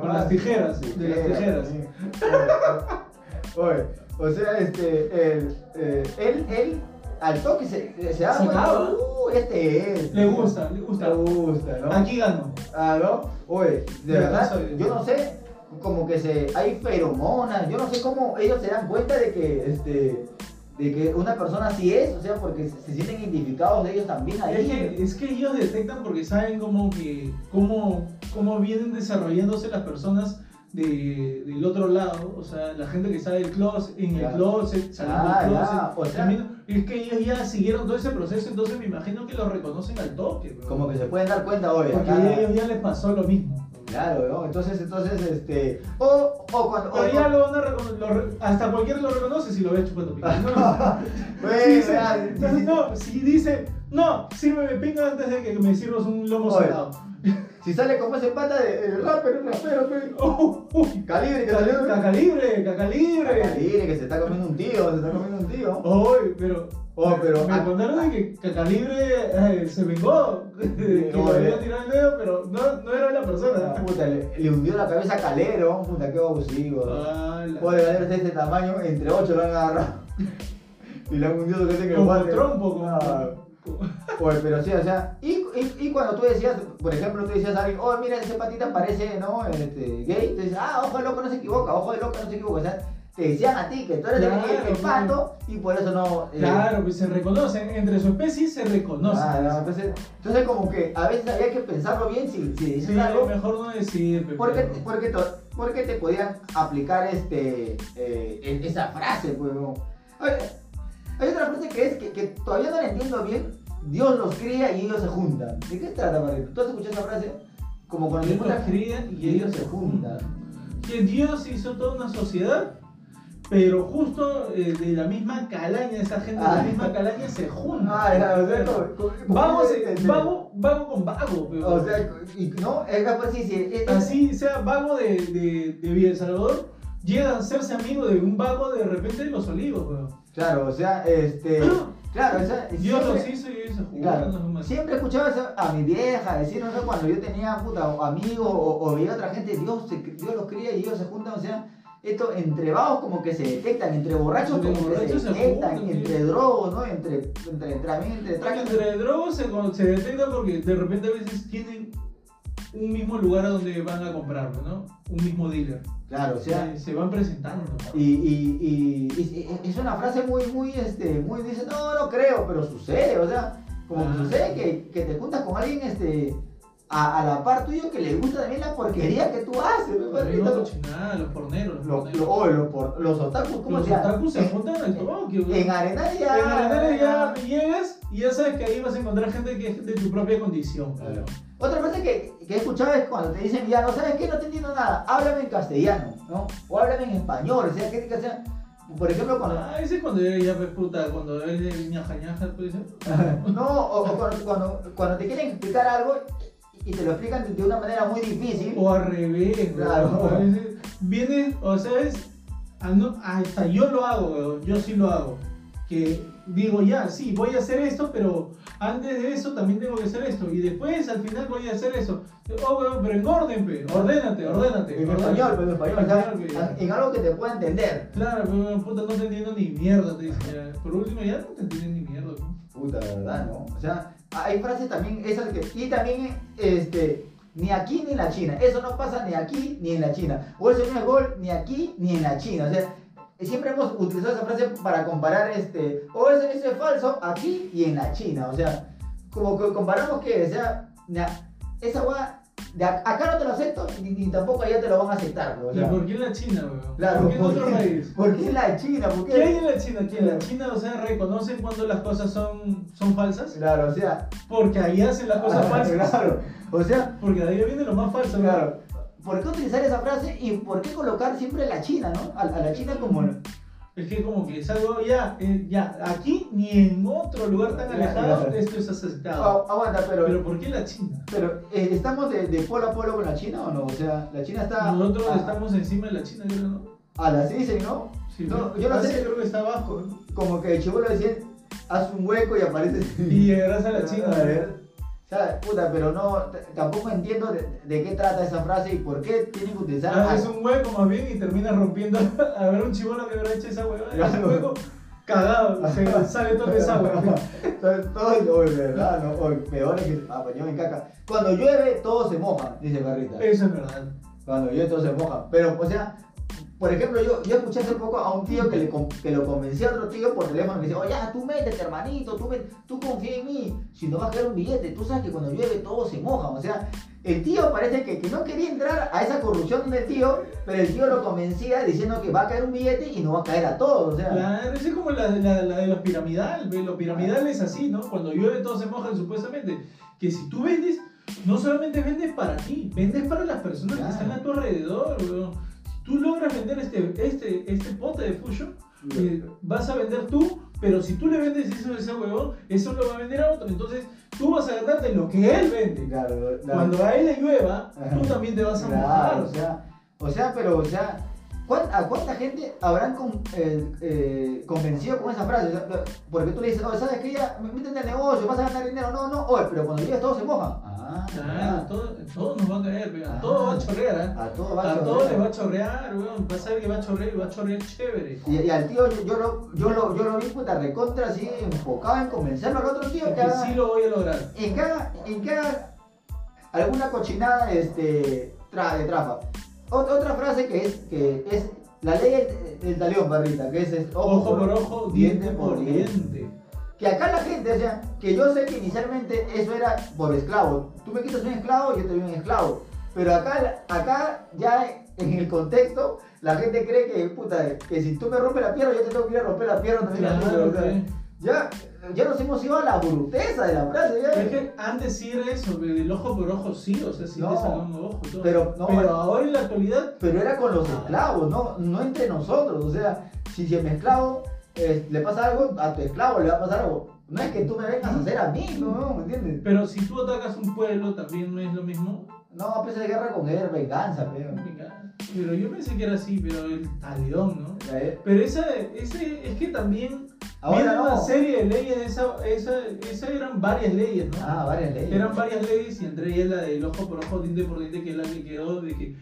B: con las tijeras. De las tijeras.
A: Oye, o sea, este, el, eh, él, él, al toque se, se da
B: Se
A: cuenta,
B: acaba.
A: "Uh, este es.
B: Le gusta, le gusta.
A: Le gusta, ¿no?
B: Aquí ganó.
A: Ah, ¿no? Oye, de
B: Ya,
A: verdad,
B: soy-
A: yo no sé, como que se, hay feromonas, yo no sé cómo ellos se dan cuenta de que, este, de que una persona así es, o sea, porque se, se sienten identificados ellos también
B: Es
A: ahí.
B: que, es que ellos detectan porque saben cómo, que, cómo, cómo vienen desarrollándose las personas de- del otro lado, o sea, la gente que sale del closet, en el
A: Claro.
B: closet, saliendo
A: Ah,
B: del
A: ya,
B: closet.
A: o sea.
B: también- es que ellos ya siguieron todo ese proceso, entonces me imagino que lo reconocen al toque. bro.
A: Como que se pueden dar cuenta, oye,
B: Porque
A: acá-
B: a ellos ya les pasó lo mismo.
A: Claro, ¿no? Entonces, entonces, este, o, o cuando, o-
B: Pero ya lo van a recono- lo re- hasta cualquiera lo reconoce si lo ve chupando pico.
A: [laughs] Bueno,
B: si, dice,
A: ya, sí, sí.
B: no, si dice, no, sírveme pinga antes de que me sirvas un lomo
A: Oye.
B: salado.
A: si sale como ese pata de el rapper, el rapero, pe,
B: Oh, oh.
A: calibre, que salió,
B: Caca libre, caca libre.
A: calibre, que se está comiendo un tío, se está comiendo un tío.
B: Oye, pero.
A: Oh, pero-
B: Me contaron de que caca libre eh, se vengó. [laughs] que le
A: Oye.
B: había tirado el dedo, pero no, no era la persona.
A: Ah, Puta, le, le hundió la cabeza a Calero, puta, qué abusivo.
B: Ala.
A: Puede valer de este tamaño, entre 8 lo han agarrado. [laughs] Y le han hundido su cabeza en el
B: Como
A: guante.
B: trompo, como-
A: Ah,
B: como-
A: oye, pero sí, o sea, y, y- y cuando tú decías, por ejemplo, tú decías a alguien, oh, mira, ese patita parece, ¿no? Este, gay, tú dices, ah, ojo de loco no se equivoca, ojo de loco no se equivoca. O sea, te decían a ti que tú eres el-
B: Claro,
A: el, el
B: sí.
A: pato y por eso no. eh,
B: [laughs] Claro, pues se reconocen. Entre su especie se reconocen.
A: ah, no, entonces, entonces, como que a veces había que pensarlo bien si, si dices
B: Sí,
A: algo.
B: mejor no decir. pe,
A: ¿Por qué,
B: pero-
A: por qué to- por qué te podían aplicar este, eh, e- esa frase, huevón? A ver, Hay otra frase que es que, que todavía no la entiendo bien. Dios los cría y ellos se juntan. ¿De qué trata, Marito? ¿Tú has escuchado esa frase? Como cuando
B: Dios los
A: ninguna
B: cría y ellos se juntan. Que Dios hizo toda una sociedad, pero justo eh, de la misma calaña, esa gente de
A: Ah.
B: la misma calaña se junta.
A: Ah, ya, o sea, como- como-
B: Vamos,
A: como-
B: eh, vago, vago con vago, pero-
A: O sea, y, no, es capaz de decir.
B: así sea vago de, de, de Villa El Salvador, llega a hacerse amigo de un vago de repente de los olivos, pero.
A: Claro, o sea, este. Claro, o sea.
B: Ah. Dios
A: siempre-
B: los hizo y ellos se juntaron.
A: eh, Claro, siempre escuchaba eso a mi vieja decir, no sé, cuando yo tenía puta, o amigos o, o veía a otra gente, Dios, se- Dios los cría y ellos se juntan, o sea, esto entre vagos como que se detectan, entre borrachos
B: Entre
A: como que
B: borrachos
A: se
B: se
A: detectan,
B: juntan,
A: entre
B: tío.
A: drogos, ¿no? Entre, entre, entre amigos, entre
B: Porque
A: trajes.
B: entre drogos se, con- se detecta porque de repente a veces tienen un mismo lugar a donde van a comprar, ¿no? Un mismo dealer.
A: Claro, o sea,
B: Eh, se van presentando.
A: y, y, y, y- y es una frase muy, muy, este, muy, dice, no, no creo, pero sucede, o sea, como que
B: Ah.
A: sucede que, que te juntas con alguien, este... A, a la par tuyo que le gusta también la porquería que tú haces, pues, ¿no,
B: Los
A: padrito?
B: cochinada, los porneros. Los,
A: Lo- lo-
B: porneros.
A: oye, lo por- los otakus, ¿cómo
B: Los
A: se llama? Eh,
B: otakus se juntan al Tokio. güey.
A: En Arenal
B: En
A: ya.
B: Arenales ya llegas y ya sabes que ahí vas a encontrar gente que es de tu propia condición. pues, güey.
A: Claro. Otra frase que, que he escuchado es cuando te dicen, ya no sabes qué, no te entiendo nada, háblame en castellano, ¿no? O háblame en español, o sea, que, que sea. Por ejemplo, cuando.
B: Ah, ese es cuando ya, ya pues puta, cuando es de ñaja ñaja, pues.
A: No, o, o cuando, cuando, cuando te quieren explicar algo y te lo explican de una manera muy difícil.
B: O al revés,
A: Claro.
B: weón. A veces viene, o sabes, Ah, no, hasta yo lo hago, weón. Yo sí lo hago. Que digo, ya, sí, voy a hacer esto, pero antes de eso también tengo que hacer esto. Y después, al final, voy a hacer eso. Oh, weón, pero en orden, pe. Ordénate, ordénate.
A: En
B: ordénate.
A: español, pero en español, ya,
B: Español, ya.
A: en algo que te pueda entender.
B: Claro, pero weón, puta, no te entiendo ni mierda, te dicen ya. Por último, ya no te entienden ni mierda, weón.
A: Puta, la verdad, ¿no? O sea, hay frases también esas que... Y también, este, ni aquí ni en la China. Eso no pasa ni aquí ni en la China. O eso no es gol ni aquí ni en la China. O sea, siempre hemos utilizado esa frase para comparar, este, o eso, eso es falso aquí y en la China. O sea, como que comparamos que, o sea, na- esa hueá... De ac- acá no te lo acepto ni, ni tampoco allá te lo van a aceptar. ¿no? O
B: ¿Y
A: sea,
B: por qué en la China, weón?
A: claro,
B: ¿Por qué en
A: ¿por
B: otro
A: qué?
B: país?
A: ¿Por qué en la China? ¿Por qué?
B: ¿Qué hay en la China? Que en la China, o sea, reconocen cuando las cosas son, son falsas.
A: Claro, o sea,
B: Porque ahí hacen las cosas falsas.
A: [laughs] Ah, Claro, o sea,
B: Porque de ahí viene lo más falso. ¿no?
A: claro. ¿Por qué utilizar esa frase y por qué colocar siempre la China, no? A, a la China como.
B: Es que como que es algo ya, eh, ya, aquí ni en otro lugar tan
A: Claro,
B: alejado
A: claro.
B: esto es aceptado.
A: Ah, aguanta, pero.
B: Pero ¿por qué la China?
A: pero, eh, ¿estamos de, de polo a polo con la China o no? O sea, la China está.
B: Nosotros
A: a,
B: estamos encima de la China, creo, ¿no?
A: A la dicen, ¿no?
B: Sí,
A: No, yo no
B: Asia
A: sé.
B: creo que está abajo. ¿no?
A: Como que el chivolo decía, haz un hueco y
B: [laughs]
A: aparece.
B: Y llegarás a la China.
A: A ver. O sea, puta, pero no. t- Tampoco entiendo de, de qué trata esa frase y por qué tienen que utilizar. a- [laughs]
B: Haces Ah, un hueco más bien y terminas rompiendo. [laughs] A ver, un chivolo que habrá hecho esa huevada.
A: Claro.
B: Un hueco cagado. Se sale todo de esa huevada.
A: Todo el hoy, ¿verdad? No, hoy, peor es que ah, pues yo me caca. Cuando llueve, todo se moja, dice Carrita.
B: Eso es verdad.
A: Cuando llueve, todo se moja. Pero, o sea, por ejemplo, yo, yo escuché hace poco a un tío que, le, con- que lo convenció a otro tío por teléfono. Me dice, oye, ya, tú métete, hermanito, tú, met- tú confía en mí. Si no vas a caer un billete, tú sabes que cuando llueve, todo se moja. O sea, el tío parece que, que no quería entrar a esa corrupción del tío, pero el tío lo convencía diciendo que va a caer un billete y no va a caer a todos. O sea,
B: Claro, esa es como la, la- la de los piramidal, ¿ve? Lo piramidal es así, ¿no? Cuando llueve todos se mojan supuestamente. Que si tú vendes, no solamente vendes para ti, vendes para las personas
A: Claro.
B: que están a tu alrededor, weón. Si tú logras vender este, este, este pote de fusion, eh, vas a vender tú, pero si tú le vendes eso a ese huevón, eso lo va a vender a otro. Entonces, tú vas a ganar de lo que él vende.
A: Claro, claro.
B: Cuando a él le llueva,
A: Ajá.
B: tú también te vas a mojar.
A: Claro, o sea, o sea, pero, o sea, ¿cuán- ¿a cuánta gente habrán con- eh, eh, convencido con esa frase? O sea, lo- porque tú le dices, oye, ¿sabes qué? Ya, métete en el negocio, vas a ganar dinero. No, no, oye, pero cuando llegas todo se moja. Ah,
B: Claro, todo, todo nos va a caer, weón.
A: Ah.
B: todo va a chorrear, ¿ah?
A: a todo va
B: A
A: chorrear.
B: todos les va a chorrear, weón. Va a ser que va a chorrear y va a chorrear chévere.
A: y, y al tío, yo, yo lo, yo, lo, yo lo vi puta recontra así enfocado en convencerlo al otro tío que
B: Porque
A: haga-
B: sí lo voy a lograr.
A: en cada, en cada alguna cochinada este, tra- de trafa. Ot- otra frase que es, que es la ley del, del talión, barrita, que es, es
B: Ojo, por ojo, diente por diente.
A: Que acá la gente, o sea, que yo sé que inicialmente eso era por esclavo. Tú me quitas un esclavo, yo te doy un esclavo. Pero acá, acá ya en el contexto, la gente cree que, puta, que si tú me rompes la pierna, yo te tengo que ir a romper la pierna también. a ti,
B: Claro,
A: o sea,
B: sí.
A: ya, ya nos hemos ido a la bruteza de la frase. Ya.
B: Es que antes sí era eso, weón. el ojo por ojo sí, o sea, sí
A: No.
B: te sacan un ojo. y todo.
A: Pero, no,
B: Pero ahora en la actualidad,
A: pero era con los esclavos, no, no entre nosotros. O sea, si, si a mi esclavo eh, le pasa algo, a tu esclavo le va a pasar algo. No es que tú me vengas a hacer a mí, no, no, ¿me entiendes?
B: pero si tú atacas un pueblo también no es lo mismo.
A: No, a pesar de guerra con él, venganza, pero.
B: Pero yo pensé que era así, pero el taleón, ¿no?
A: Ya, eh.
B: Pero esa, ese, es que también
A: Ahora
B: viene una
A: no.
B: serie de leyes, esa, esa, esa eran varias leyes, ¿no?
A: Ah, varias leyes.
B: Eran varias leyes y entre ellas la del ojo por ojo, diente por diente, que es la que quedó de que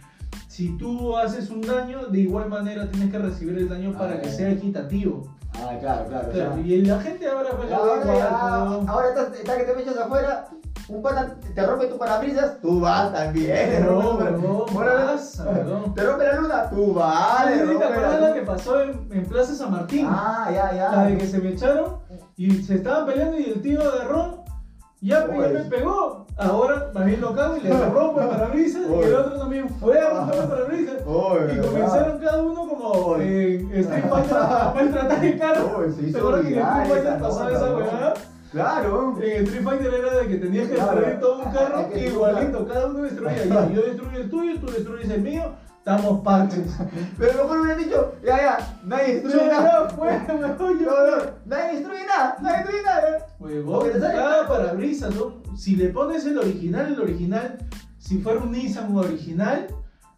B: si tú haces un daño, de igual manera tienes que recibir el daño para
A: Ah,
B: que
A: ya.
B: sea equitativo.
A: Ah, claro, claro. o sea,
B: Claro, y la gente ahora fue
A: ahora, ah,
B: la
A: ahora estás- está que te me echas afuera, un pana te rompe tu parabrisas, tú vas también. te rompe tu para- Ahora, Te rompe la luna, tú vas. le
B: ¿Te
A: rompe la
B: acuerdas la
A: luna.
B: que pasó en, en Plaza San Martín?
A: Ah, ya, ya.
B: La de que se me echaron y se estaban peleando y el tío agarró, ya pe-
A: Oye.
B: me pegó. Ahora más bien lo
A: [laughs]
B: cago y le rompo el parabrisas y el
A: Oye.
B: otro también fue a romper el parabrisas.
A: Oh,
B: Y
A: Pues. ¿verdad? Pues.
B: comenzaron cada uno como en Street Fighter a maltratar el carro.
A: Uy, se hizo
B: ¿Te acuerdas que en
A: viral
B: Street Fighter
A: Pues, esa
B: pasaba
A: nota,
B: esa
A: ¿no?
B: huevada?
A: Claro.
B: En Street Fighter era de que tenías que
A: Claro.
B: destruir todo un
A: Hay
B: carro
A: que destruir,
B: igualito, cada uno destruía. Ya, yo destruyo el tuyo, tú destruyes el mío, estamos
A: [laughs]
B: parches.
A: Pero mejor hubiera dicho, ya, ya, nadie
B: Yo
A: destruye nada.
B: ya fue, [laughs] weón,
A: No, no,
B: yo.
A: nadie destruye nada, nadie destruye nada.
B: Huevón, cada parabrisas son si le pones el original, el original, si fuera un Nissan original,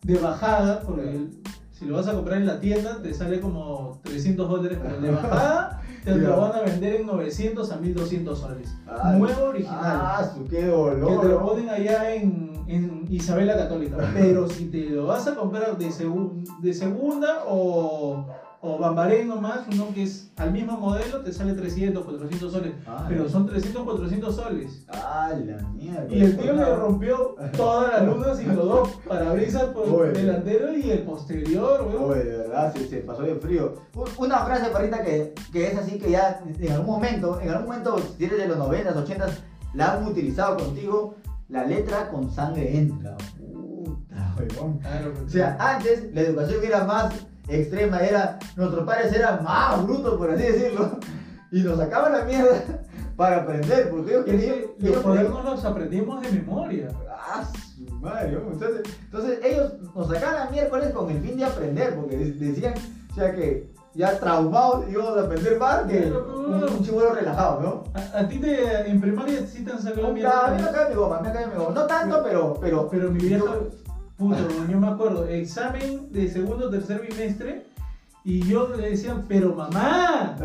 B: de bajada, porque
C: Claro.
B: el- si lo vas a comprar en la tienda, te sale como 300 dólares, pero de
C: Ajá.
B: bajada te
C: [laughs] Ya.
B: lo van a vender en 900 a 1200 soles.
C: Ay.
B: Nuevo original.
C: Ah, su qué dolor.
B: Que te lo
C: ¿no?
B: ponen allá en, en Isabel la Católica. Pero si te lo vas a comprar de, segun- de segunda o, o Bambaré nomás, uno que es al mismo modelo, te sale 300, 400 soles.
C: Ay.
B: Pero son 300, 400 soles.
C: Ah, la mierda.
B: Y el tío le rompió todas las lunas y los dos parabrisas por
C: Oye.
B: delantero y el posterior, weón.
C: Oye, de verdad, se, se pasó de frío.
A: Un- Una frase perrita que, que es así que ya en algún momento, en algún momento, si eres de los 90s, 80s, la han utilizado contigo, la letra con sangre entra.
C: Puta, huevón.
B: Claro,
A: O sea, ah, antes la educación era más extrema, era, nuestros padres eran más brutos, por así decirlo, y nos sacaban la mierda para aprender, porque ellos
B: es que
A: querían...
B: los
A: ellos querían-
B: cuadernos los aprendimos de memoria.
C: Ah, su madre, huevón. Entonces,
A: Entonces ellos nos sacaban a miércoles con el fin de aprender, porque de- decían, o sea que ya traumados íbamos a aprender más que un, un chibolo relajado, ¿no?
B: A, a ti te, en primaria sí te han
A: Claro,
B: sacado mierda.
A: a mí me cae mi goma, me cae mi goma. No tanto, pero... pero,
B: Pero mi vieja,
A: yo-
B: puto, [laughs] yo me acuerdo, examen de segundo o tercer bimestre, y yo le decía, pero mamá,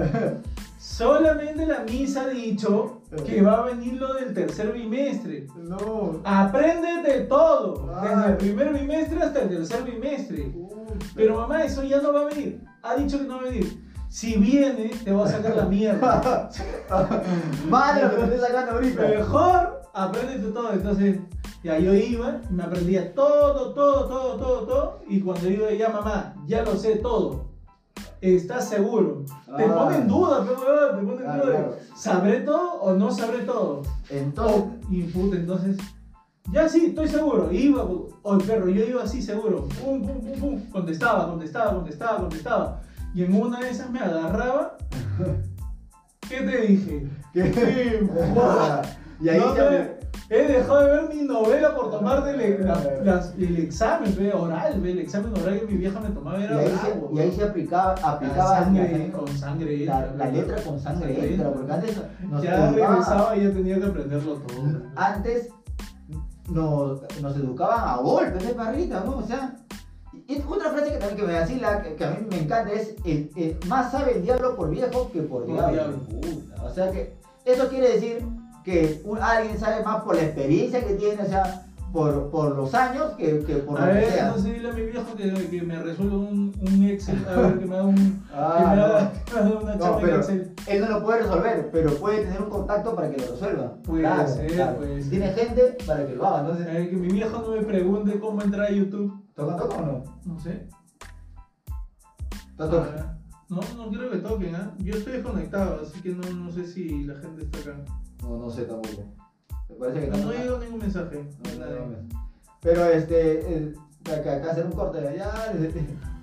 B: solamente la misa ha dicho que va a venir lo del tercer bimestre.
C: no.
B: Aprende de todo, desde
C: Ay.
B: el primer bimestre hasta el tercer bimestre.
C: Puta.
B: Pero mamá, eso ya no va a venir. Ha dicho que no va a venir. Si viene, te va a sacar la mierda.
A: Madre, lo que me estoy sacando ahorita.
B: Mejor aprende tú todo. Entonces, ya yo iba, me aprendía todo, todo, todo, todo, todo. Y cuando yo ya mamá, ya lo sé todo. ¿Estás seguro? Te
C: Ah.
B: ponen dudas, pe, huevón, te ponen
C: Claro,
B: dudas.
C: claro.
B: ¿Sabré todo o no sabré todo? Oh,
A: Entonces,
B: Y puta, entonces. Ya sí, estoy seguro. Iba, pu- oh, perro, yo iba así seguro. Pum, pum, pum, pum. Contestaba, contestaba, contestaba, contestaba. Y en una de esas me
C: [laughs]
B: agarraba. ¿Qué te dije?
C: ¿Qué? [laughs]
A: y ahí
B: No
A: ya
B: me-
A: me-
B: He dejado de ver mi novela por tomarte el, la- las- el examen ve, oral, ve, el examen oral que mi vieja me tomaba
A: y
B: era
A: ahí
B: bravo,
A: se, y ahí se aplicaba,
B: la
A: aplicaba
B: sangre,
A: la-
B: con sangre.
A: la,
B: entra,
A: la
B: ve.
A: letra con sangre
B: Sangre
A: extra,
B: entra.
A: porque antes nos Ah,
B: Ya
A: educaban-
B: regresaba y ya tenía que aprenderlo todo.
A: antes nos, nos educaban a golpes de parrita, ¿no? O sea, y- y otra frase que también que me vacila, que, que a mí me encanta, es el, el más sabe el diablo por viejo que por,
B: Por
A: diablo.
B: diablo.
A: Puta, o sea que eso quiere decir que un- alguien sabe más por la experiencia que tiene, o sea, por, por los años que, que por
B: a
A: lo que
B: ver,
A: sea.
B: entonces dile a mi viejo que, que me resuelva un, un Excel, a ver, que me haga un... que me haga,
C: Ah,
B: que [laughs] me haga una
A: No,
B: chamba en
A: pero-
B: Excel.
A: Él no lo puede resolver, pero puede tener un contacto para que lo resuelva.
B: Puede ser, puede ser.
A: Tiene gente para que lo haga,
B: A
A: entonces,
B: ver, Eh, que mi viejo no me pregunte cómo entrar a YouTube.
A: ¿toca, toca o no?
B: No sé.
A: No toca.
B: Ah, No, no creo que toquen, ¿ah? Yo estoy desconectado, así que no, no sé si la gente está acá.
A: No, no sé tampoco. Me parece que
B: No, no
A: no.
B: llegó ningún mensaje.
A: No,
B: de
A: no,
B: nadie.
A: no. Pero este, el- acá, acá hacer un corte de allá.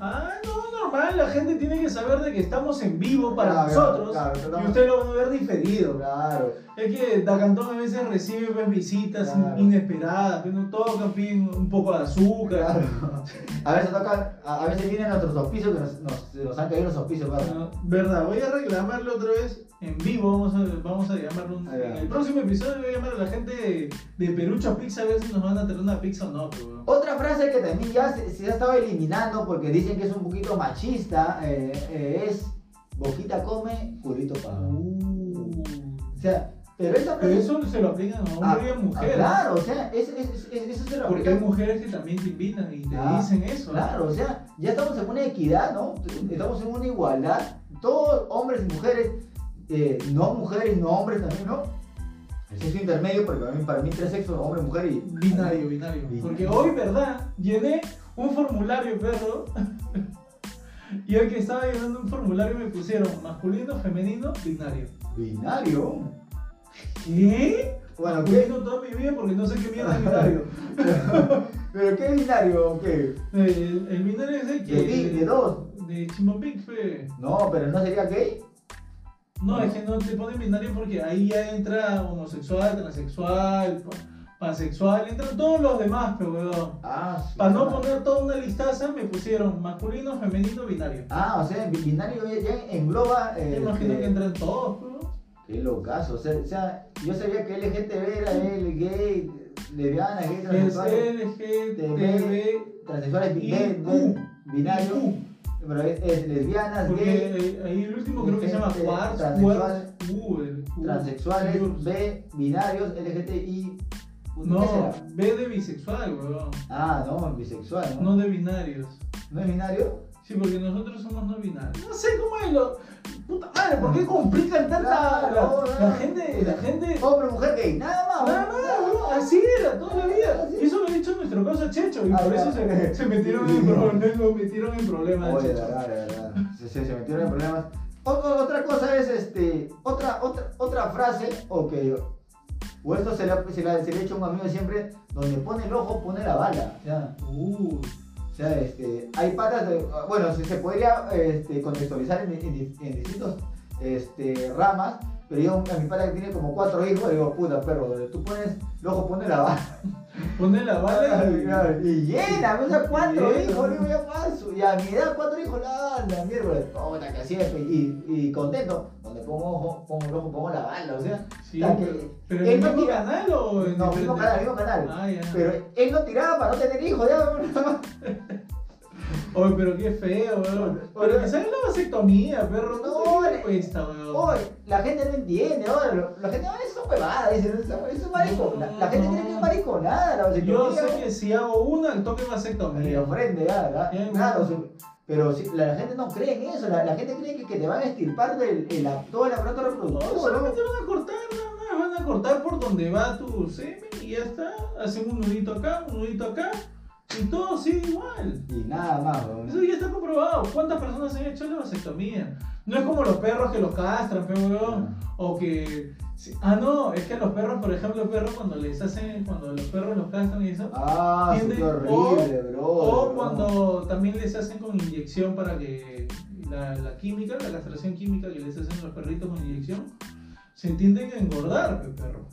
B: Ah, no, normal, la gente tiene que saber de que estamos en vivo para
A: Claro,
B: nosotros
A: claro, claro,
B: y ustedes lo van a ver diferido.
A: [laughs] Claro.
B: Es que Dacantón a veces recibe pues, visitas
A: Claro.
B: inesperadas, que no tocan, piden un poco de azúcar.
A: claro. A veces tocan, a, a veces vienen nuestros auspicios que nos, nos, se nos han caído los auspicios, ¿verdad?
B: Ah, Verdad, voy a reclamarle otra vez en vivo, vamos a, vamos a llamarlo un-
A: Ahí va.
B: en el próximo episodio voy a llamar a la gente de, de Perucho Pizza a ver si nos van a traer una pizza o no, pero...
A: Otra frase que también ya se, se ha estado eliminando porque dicen que es un poquito machista eh, eh, es boquita come, culito paga. O sea, pero esa
B: Pero
A: frase
B: Ah. eso se lo aplican a hombre y a
A: Ah,
B: mujer.
A: ah, Claro, o sea, es, es, es- es- eso se lo
B: Porque hay
A: aplican-
B: mujeres que también te invitan y te
A: Ah,
B: dicen eso. ¿no?
A: Claro, o sea, ya estamos en una equidad, ¿no? Estamos en una igualdad, todos hombres y mujeres, eh, no mujeres, no hombres también, ¿no? El sexo intermedio, porque para mí, para mí tres sexos, hombre, mujer y...
B: Binario, binario.
A: Binario.
B: Porque hoy, ¿verdad? Llené un formulario, perro. [laughs] y hoy que estaba llenando un formulario me pusieron masculino, femenino, binario.
A: Binario.
B: ¿Qué?
A: Bueno, ¿qué?
B: Masculino toda mi vida porque no sé qué mierda es binario.
A: [laughs] ¿Pero qué binario? ¿Qué?
B: el, el binario es el que.
A: ¿De ti? ¿De dos?
B: De Chimbombín fue.
A: No, pero no sería gay.
B: No, es que no te ponen binario porque ahí ya entra homosexual, transexual, pa- pansexual, entran todos los demás, pero weón.
A: Ah, su-
B: Para no poner toda una listaza me pusieron masculino, femenino, binario.
A: Ah, o sea, bi- binario ya, ya engloba... eh,
B: Me imagino
A: este,
B: que entran todos, pero
A: Qué locazo. O sea, o sea, yo sabía que LGTB era él, gay, lesbiana, gay,
B: Es
A: transexual,
B: LGTB.
A: transexuales, bi-
B: Y
A: bi-
B: Q.
A: binario,
B: Q.
A: pero es, es lesbianas,
B: Porque
A: gay,
B: eh, ahí el último creo que se llama
A: Gente
B: Quartz,
A: Este, transexual.
B: Quartz, Q, el Q.
A: transexuales,
B: Sí,
A: B, binarios, LGTI. Puta, ¿qué
B: No,
A: será?
B: B de bisexual, weón.
A: Ah, no, bisexual, ¿no?
B: No de binarios.
A: ¿No es binario?
B: Sí, porque nosotros somos no binarios. No sé cómo es lo. Puta madre, ¿por qué complican tanta.
A: Claro,
B: la,
A: no,
B: la
A: no.
B: gente. La gente.
A: Hombre, mujer, gay, nada más.
B: Nada más, weón, así era, toda la vida.
A: Así.
B: Y eso lo ha dicho nuestro caso Checho, y
A: Ah,
B: por
A: ya.
B: eso se, se metieron en problemas, lo metieron en problemas
A: Oye,
B: Checho.
A: de verdad, de verdad. Se, se- se metieron en problemas. Otra, otra cosa es, este, otra, otra, otra frase, o que, o esto se le, ha- se le, ha- se le ha hecho a un amigo siempre, donde pone el ojo, pone la bala. O sea,
B: Uh,
A: o sea, este, hay patas, de- bueno, se, se podría este, contextualizar en, en- en distintos este, ramas, pero yo a mi pata que tiene como cuatro hijos, le digo, puta perro, donde tú pones el ojo, pone la bala.
B: pone la bala y.
A: Y llena, o sea, cuatro
B: Llena.
A: hijos, digo, ya paso. Y a mi edad, cuatro hijos, la, la mierda, puta que así es, y, y contento. Donde pongo ojo, pongo el ojo, pongo la bala, o sea.
B: Sí,
A: la que-
B: pero, pero en
A: él
B: el
A: no
B: mismo
A: tira-
B: canal o en
A: No, mismo
B: diferente?
A: canal, mismo canal.
B: Ah, ya.
A: Pero él no tiraba para no tener hijos, ya.
B: Oye, pero qué feo, weón. Pero que sale la vasectomía, perro.
A: No,
B: No,
A: le-
B: le cuesta, weón.
A: Hoy, la gente no entiende, ahora, lo- la gente, "Ah, eso es huevada, dice, eso es maricón. La, la gente
B: No.
A: tiene que mariconada, la
B: Yo
A: vasectomía,
B: sé que si hago una, al toque
A: Le
B: vasectomía.
A: ofrende, ya, ¿verdad?
B: Bien.
A: Claro, sí. pero sí, la gente no cree en eso, la, la gente cree que, que te van a estirpar del, el, ap- todo el aparato
B: No,
A: reproductivo, ¿no?
B: solamente van a cortar, nada más. Van a cortar por donde va tu semen y ya está. Hacen un nudito acá, un nudito acá. Y todo sigue igual.
A: Y nada más, weón.
B: Eso ya está comprobado. ¿Cuántas personas se han hecho la vasectomía? No es como los perros que los castran, pe, weón. O que. sí. Ah, no, es que a los perros, por ejemplo, los perros cuando les hacen. Cuando los perros los castran y eso.
A: Ah, sí,
B: Tiene-
A: qué
B: o-
A: horrible, bro.
B: O
A: bro.
B: cuando también les hacen con inyección para que la, la química, la castración química que les hacen a los perritos con inyección, se tienden a engordar el perro.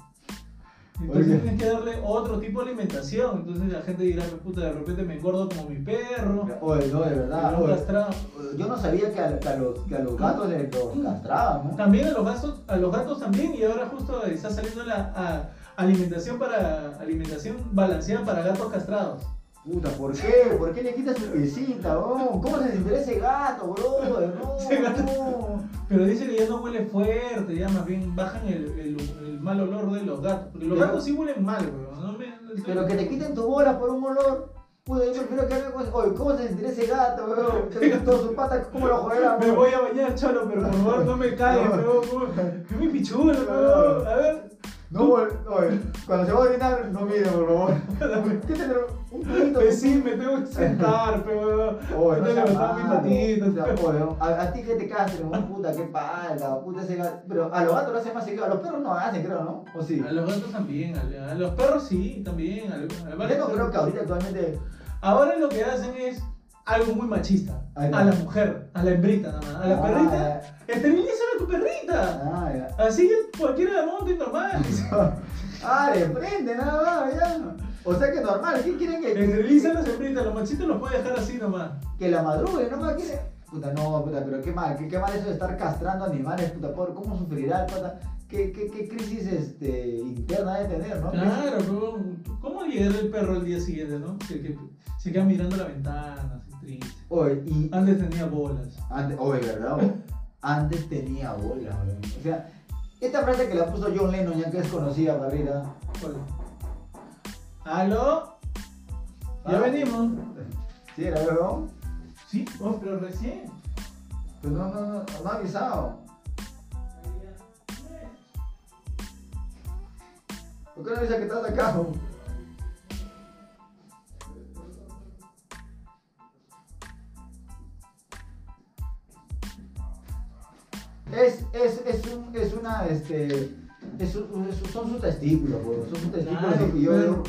B: Entonces
C: Oye.
B: tienes que darle otro tipo de alimentación. Entonces la gente dirá, "Pues, puta, de repente me engordo como mi perro.
A: Oye, no, de verdad,
B: me lo
A: oye.
B: han castrado".
A: Yo no sabía que a, que a los, que a los gatos les los castraban, ¿no?
B: También a los gatos, a los gatos también, y ahora justo está saliendo la a- alimentación para alimentación balanceada para gatos castrados.
A: Puta, ¿por qué? ¿Por qué le quitas su visita, bro? ¿Cómo se desinteresa ese gato,
B: [laughs]
A: bro? No,
B: Ese gato.
A: no.
B: Pero dice que ya no huele fuerte, ya más bien bajan el, el- el mal olor de los gatos. Porque los
A: Pero-
B: gatos sí huelen mal, weón. No me,
A: Pero que te quiten tu bola por un olor. Puta, yo prefiero que hagan cosas. Oye, ¿cómo se sentirá ese gato, weón? Todos sus patas, ¿cómo lo joderá,
B: me
A: weón?
B: voy a bañar, cholo, pero por favor no
A: [laughs]
B: me caes, weón. Que mi pichulo, weón. A ver,
C: No, vol- oye, cuando se va a orinar, no mire, por favor.
B: [laughs]
A: ¿Qué te trae? Un poquito.
B: pues sí, me tengo que sentar, pe, weón.
A: Oye,
B: Yo te
A: Oh, sea
B: levantaba mis
A: malo.
B: patitas.
A: O sea, oye, a, a ti que te castren, weón, puta, qué pala, puta ese gato. Pero a los gatos lo hacen más seguido, a los perros no hacen, creo, ¿no? ¿O sí?
B: A los gatos también, a, a los perros sí, también. a- a-
A: Yo no creo que ahorita actualmente.
B: Ahora lo que hacen es algo muy machista.
A: Ay, no.
B: A la mujer, a la hembrita nada más. A la
A: Ah,
B: perrita, esterilizan a tu perrita.
A: Ah, ya.
B: Así es, cualquiera de monte normal.
A: Ah, de frente, nada más, ya. O sea que normal, ¿qué quieren que.?
B: Esterilizan las hembritas, los machitos los puede dejar así nomás.
A: que la madruguen, no más quiere. Puta, no, puta, pero qué mal, qué, qué mal eso de estar castrando animales, puta, pobre, ¿cómo sufrirá el pata? ¿Qué, qué, qué crisis este, interna debe tener, no?
B: Claro, pero ¿cómo llegar el perro el día siguiente, no? Se, que- se queda mirando la ventana, así triste.
A: Oye, y
B: Antes tenía bolas.
A: antes, oye, ¿verdad? oye? Antes tenía bola, weón. O sea, esta frase que la puso John Lennon, ya que es conocida, barrida.
B: Hola. ¿Aló? Ya
A: Ah.
B: venimos.
A: ¿Sí era, weón?
B: Sí, oh, pero recién.
A: Pues no, no, no, no ha avisado. ¿Por qué no avisa que estás acá? weón? Es, es, es, un, es una, este, es un- es un- son sus testículos, weón, son sus testículos
B: Claro,
A: y yo
B: claro.
A: digo,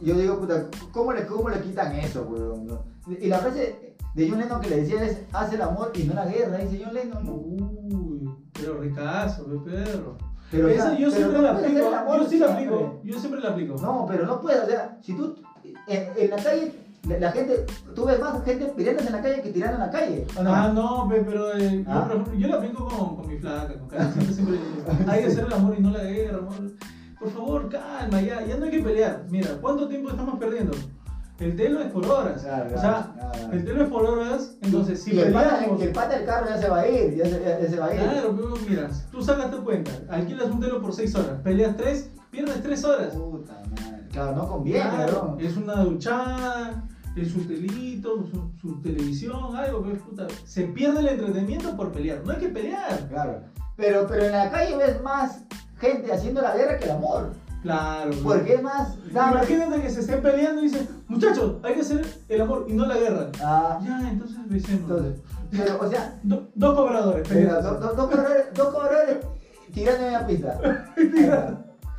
A: yo digo, puta, ¿cómo le, cómo le quitan eso, weón? no? Y la frase de John Lennon que le decía es, hace el amor y no la guerra, dice John Lennon, ¿no?
B: Uy, pero ricazo, pe, perro.
A: Pero
B: Esa
A: ya, pero
B: yo siempre
A: no
B: la
A: puedes
B: aplico.
A: hacer el amor
B: Yo sí la
A: siempre.
B: aplico. Yo siempre la aplico.
A: No, pero no puedes, o sea, si tú en, en la calle La, la gente, tú ves más gente peleándose en la calle que tirando en la calle. ¿o no?
B: Ah, no, pe, pero eh,
A: Ah.
B: yo, por ejemplo, yo la aplico con, con mi flaca, con Karen. Siempre, siempre le digo, hay que hacer el amor y no la guerra, amor. Por favor, calma, ya, ya no hay que pelear. Mira, ¿cuánto tiempo estamos perdiendo? El telo es por horas.
A: Claro,
B: o sea,
A: claro, claro.
B: el telo es por horas, entonces si
A: y el pata,
B: peleamos.
A: y el pata del carro ya se va a ir, ya se, ya- ya se va a ir.
B: Claro, pero mira, tú sacas tu cuenta, alquilas un telo por 6 horas, peleas 3, pierdes 3 horas.
A: Puta madre. Claro, no conviene,
B: Claro,
A: bro.
B: es una duchada, es su telito, su, su televisión, algo que es puta. Se pierde el entretenimiento por pelear. No hay que pelear.
A: Claro. Pero, pero en la calle ves más gente haciendo la guerra que el amor.
B: Claro. güey.
A: Porque es más. dama-
B: Imagínate que se estén peleando y dicen, muchachos, hay que hacer el amor y no la guerra.
A: Ah,
B: Ya, entonces besemos.
A: entonces. Pero, o sea,
B: Do- dos cobradores.
A: mira,
B: peleándose.
A: do- do- dos corredores, dos corredores tirando en la pista.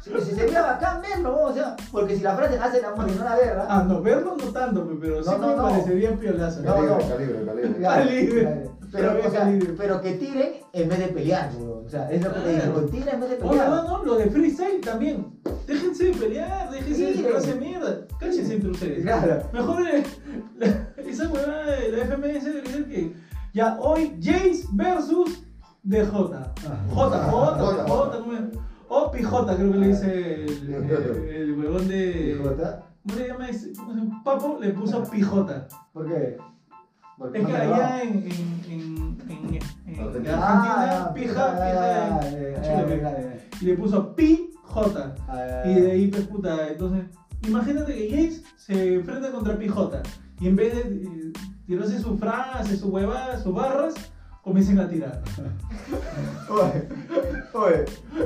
A: Si, si sería bacán verlo, ¿no? o sea, porque si la frase hace el amor y no la guerra.
B: Ah, no, verlo no tanto, pe, pero sí
A: No, no,
B: me
A: no.
B: parecería piolazo.
A: No, no.
C: Calibre, calibre, calibre.
A: Claro,
B: Calibre.
A: claro. Pero, o sea,
B: Calibre.
A: pero que tiren en vez de pelear, bro. O sea, es lo que te digo,
B: Claro.
A: tira en vez de
B: Oh, no,
A: pelear.
B: no, lo de freestyle también. Déjense de pelear, déjense
A: Sí.
B: de hacer mierda. Cállense entre ustedes.
A: Claro.
B: Mejor eh, la- esa huevada de la FMS debería ser que. Ya, hoy Jace versus DJ. J, J, J,
C: J.
B: J, no me- O PJ, creo que le dice el, el, el huevón de.
A: ¿Pijota?
B: ¿Cómo le llama ese? ¿Cómo se llama? Papo le puso pijota.
A: ¿Por qué? Porque
B: Es
A: no
B: que
A: me va.
B: allá en, en, en, en, en Argentina,
A: Ah, ah,
B: pija, pija,
A: eh,
B: chula, pe.
A: eh, eh,
B: y le puso PJ.
A: eh,
B: Y de ahí, pues puta, entonces, imagínate que Jace se enfrenta contra Pijota y en vez de eh, tirarse sus frases, sus huevadas, sus barras, comiencen a tirar. [laughs]
C: Oye, oye.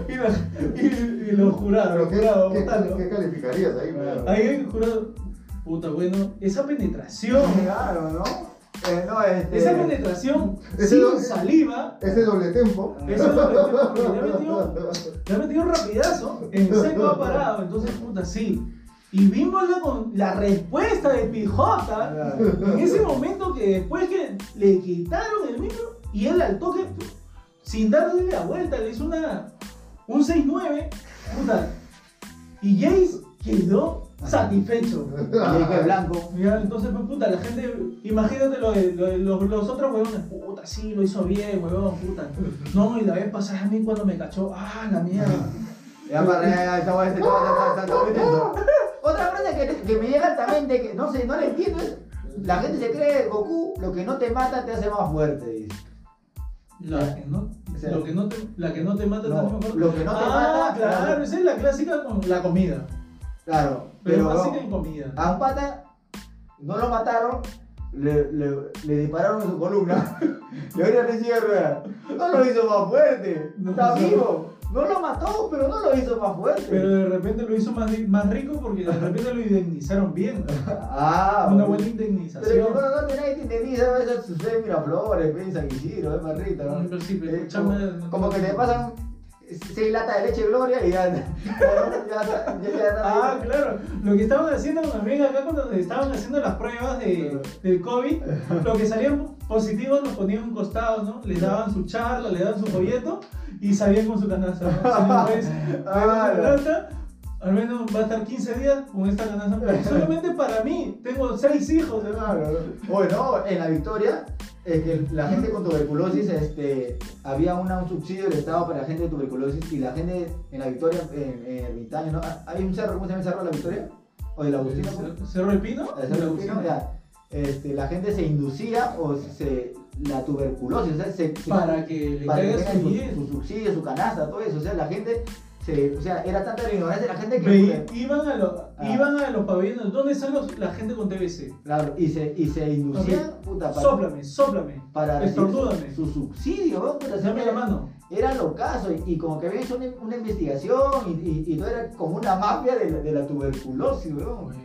B: Y, la- y- y los jurados,
C: Pero
B: los
C: ¿qué,
B: jurados,
C: qué-
B: votando.
C: qué calificarías ahí? güey?
B: Ahí el jurado, puta, bueno, esa penetración,
A: Claro, ¿no? Eh, no, este-
B: esa penetración
C: Ese
B: sin
C: no-
B: saliva,
C: Ese doble tempo.
B: eso es lo que porque le ha metido, le ha metido rapidazo, en seco ha parado, entonces, puta, sí. Y vimos la, con- la respuesta de Pijota.
A: Claro.
B: En ese momento que después que le quitaron el micro y él al toque, pu- sin darle la vuelta, le hizo una, un 6-9, puta. Y Jace quedó satisfecho.
A: Y que blanco.
B: Ya, entonces, pues, puta, la gente, imagínate lo de- lo de- los, los otros huevones, puta, sí, lo hizo bien, huevón, puta. No, y la vez pasada a mí cuando me cachó, ah, la mierda.
A: Ya para ya, ya, eh, esa guay se- ya, ya, ya, ya, ya, ya. Otra frase que, que me llega también de que no sé, no la entiendo es la gente se cree Goku, lo que no te mata te hace más fuerte, dice.
B: La que no,
A: O sea,
B: lo que no te, la que no te mata
A: no,
B: también me acuerdo.
A: lo que no te
B: ah,
A: mata,
B: Claro,
A: claro.
B: esa es la clásica con la comida.
A: Claro,
B: Pero,
A: pero
B: más
A: no. Ah,
B: que en comida.
A: a un pata no lo mataron, le, le- le dispararon en su columna [laughs] y ahora le sigue rueda. No lo hizo más fuerte,
B: No,
A: está
B: no.
A: vivo. No lo mató, pero no lo hizo más fuerte.
B: Pero de repente lo hizo más, di- más rico porque de repente lo indemnizaron bien.
A: Ah,
B: Una buena
A: Pero
B: indemnización.
A: no, no tenéis indemniza, eso sucede en Miraflores, en San Isidro, es más rico, ¿no?
B: Pero sí, pero
A: Eh,
B: escúchame,
A: como,
B: no-
A: como que te pasan seis latas de leche Gloria y ya. [laughs] Ya, ya, ya- ya-
B: Ah, claro. Lo que estaban haciendo con amiga acá cuando estaban haciendo las pruebas de, del
A: [laughs]
B: COVID, lo que salían positivos los ponían a un costado, ¿no? Les daban su charla, les daban su folleto y salían con su
A: [laughs]
B: canasta. ¿no? Salían, pues,
A: Ah,
B: con su canasta, al menos va a estar 15 días con esta
A: [laughs]
B: canasta. Pero solamente para mí. Tengo 6 hijos, hermano.
A: Claro. Oye, no, en la Victoria, es que la gente con tuberculosis, este, había una, un subsidio del Estado para la gente de tuberculosis y la gente en la Victoria, en, en el Vintaño, ¿no? Ah, Hay un cerro, ¿cómo se llama el cerro de la Victoria? O de la Agustina. ¿cómo?
B: ¿Cerro el Pino?
A: El cerro de Agustina, ya. Este, la gente se inducía o se, la tuberculosis, o sea, se, se-
B: Para que le
A: para que
B: caiga
A: tengan
B: su
A: su,
B: bien.
A: su subsidio, su canasta, todo eso, o sea, la gente, se, o sea, era tanta la ignorancia de la gente que...
B: Ve- iban, a los,
A: Ah.
B: iban a los pabellones. ¿Dónde están los- la gente con TBC?
A: Claro, y se, y se inducían, puta, para...
B: Sóplame, sóplame.
A: para recibir
B: Estornúdame.
A: su subsidio, ¿no? Puta,
B: Dame
A: era-
B: la mano.
A: Era lo caso, y, y como que había hecho una, una investigación, y, y, y todo era como una mafia de la, de la tuberculosis, weón.
B: Huevón.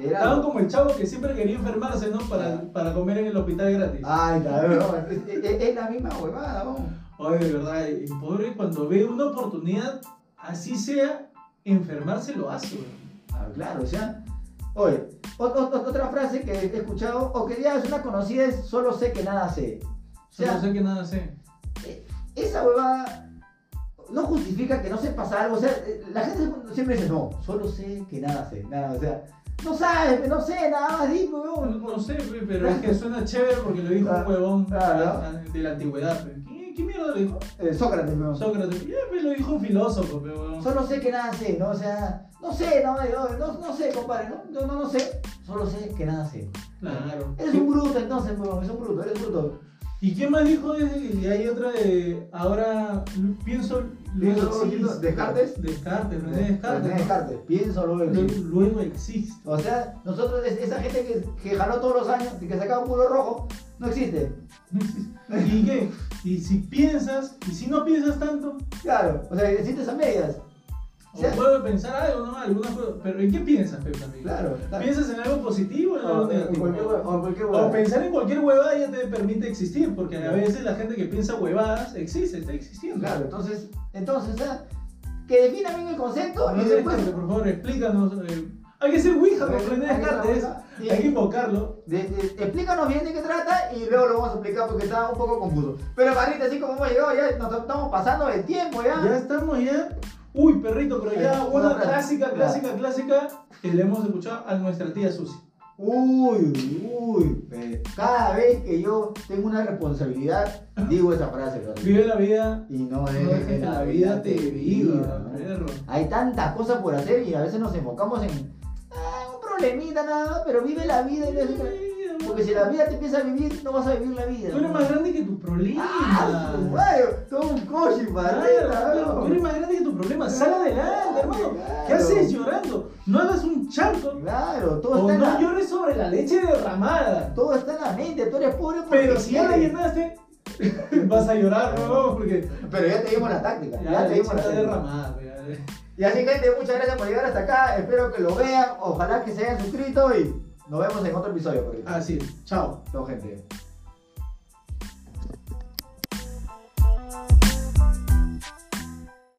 A: Era-
B: Estaban como el chavo que siempre quería enfermarse, ¿no? Para, para comer en el hospital gratis.
A: Ay, cabrón, es, es- es la misma huevada, weón.
B: Oye, de verdad, el pobre cuando ve una oportunidad, así sea, enfermarse lo hace, huevón.
A: Ah, claro, o sea. Oye, o- o- o- otra frase que he escuchado, o que ya es una conocida, es solo sé que nada sé. O
B: Yo no
A: sea,
B: sé qué nada sé.
A: esa huevada no justifica que no sepas algo, o sea, eh, la gente siempre dice, no, solo sé que nada sé, nada, o sea, No sabes, no sé, nada más dime,
B: No,
A: weón.
B: no sé, pe, pero es que suena chévere porque lo dijo
C: Ah,
B: un huevón
C: claro.
B: a- a- de la antigüedad. pe. ¿Qué, qué mierda lo dijo?
C: Eh, Sócrates, weón.
B: Sócrates. Ya, pe, lo dijo un filósofo, pe, huevón.
A: Solo sé que nada sé, ¿no? O sea, no sé, no, eh, no, no, no sé, compadre, ¿no? No, no, no sé. Solo sé que nada sé.
B: Claro.
A: Eres un bruto entonces, weón, eres un bruto, eres bruto.
B: ¿Y qué más dijo? Y hay otra de. Ahora pienso. Luego
C: Pienso,
B: existo.
C: Descartes.
B: Descartes, René
A: René
B: Descartes. ¿no?
A: Descartes, pienso luego
B: Lu-
A: existo.
B: Luego existe.
A: O sea, nosotros, es- esa gente que, que jaló todos los años y que sacaba un culo rojo, no existe.
B: No existe. ¿Y qué? Y si piensas, y si no piensas tanto,
A: Claro, o sea, existes a medias.
B: o
A: Sí.
B: puedo pensar algo, ¿no? Alguna cosa. Pero ¿en qué piensas, Pepe? amigo?
A: Claro, claro. eh,
B: ¿Piensas en algo positivo o en algo
C: O en
B: negativo?
C: cualquier hue- o en cualquier
B: O
C: huevo.
B: pensar en cualquier huevada ya te permite existir, porque a veces la gente que piensa huevadas existe, está existiendo.
A: Claro, entonces, entonces, o sea, que defina bien el concepto y
B: No sé,
A: después.
B: Carlos, por favor, explícanos. eh, hay que ser Ouija con René
A: Hay que ser
B: Descartes,
A: Ouija, sí.
B: hay que invocarlo.
A: De- de- explícanos bien de qué trata y luego lo vamos a explicar porque está un poco confuso. Pero Marita, así como hemos llegado, ya nos estamos pasando el tiempo ya.
B: Ya estamos ya. Uy, perrito, pero ya
A: Eh,
B: una
A: una frase.
B: clásica,
A: Ya.
B: clásica, clásica que le hemos escuchado a nuestra tía Susi.
A: Uy, uy, pe- cada vez que yo tengo una responsabilidad, digo esa frase, brother.
B: Vive la vida,
A: Y no
B: no
A: es
B: dejes que la vida te viva, perro.
A: Hay tantas cosas por hacer y a veces nos enfocamos en ah, un problemita nada más, pero vive la vida y no es otra- Porque si la vida te empieza a vivir, no vas a vivir la vida.
B: Tú eres más grande que tu problema.
A: ¡Ah, su madre! [laughs] Todo un coche,
B: Claro,
A: Marita,
B: claro,
A: bro.
B: tú eres más grande que tu problema. Sal adelante, hermano. ¿Qué
A: Claro.
B: haces llorando? No hagas un charco.
A: Claro, todo
B: O
A: está, en
B: no
A: la,
B: llores sobre la leche derramada.
A: todo está en la mente, tú eres pobre porque
B: Pero si ya la
A: quieres.
B: llenaste, [laughs] vas a llorar, ¿no? Porque
A: Pero ya te dimos la táctica, ya,
B: ya
A: te
B: la
A: dimos
B: leche
A: la
B: está
A: táctica.
B: derramada. pe.
A: Y así gente, muchas gracias por llegar hasta acá, espero que lo
B: Ah,
A: vean, ojalá que se hayan suscrito y nos vemos en otro episodio, pues. por ahí.
B: Así es. Chao.
A: Chao, gente.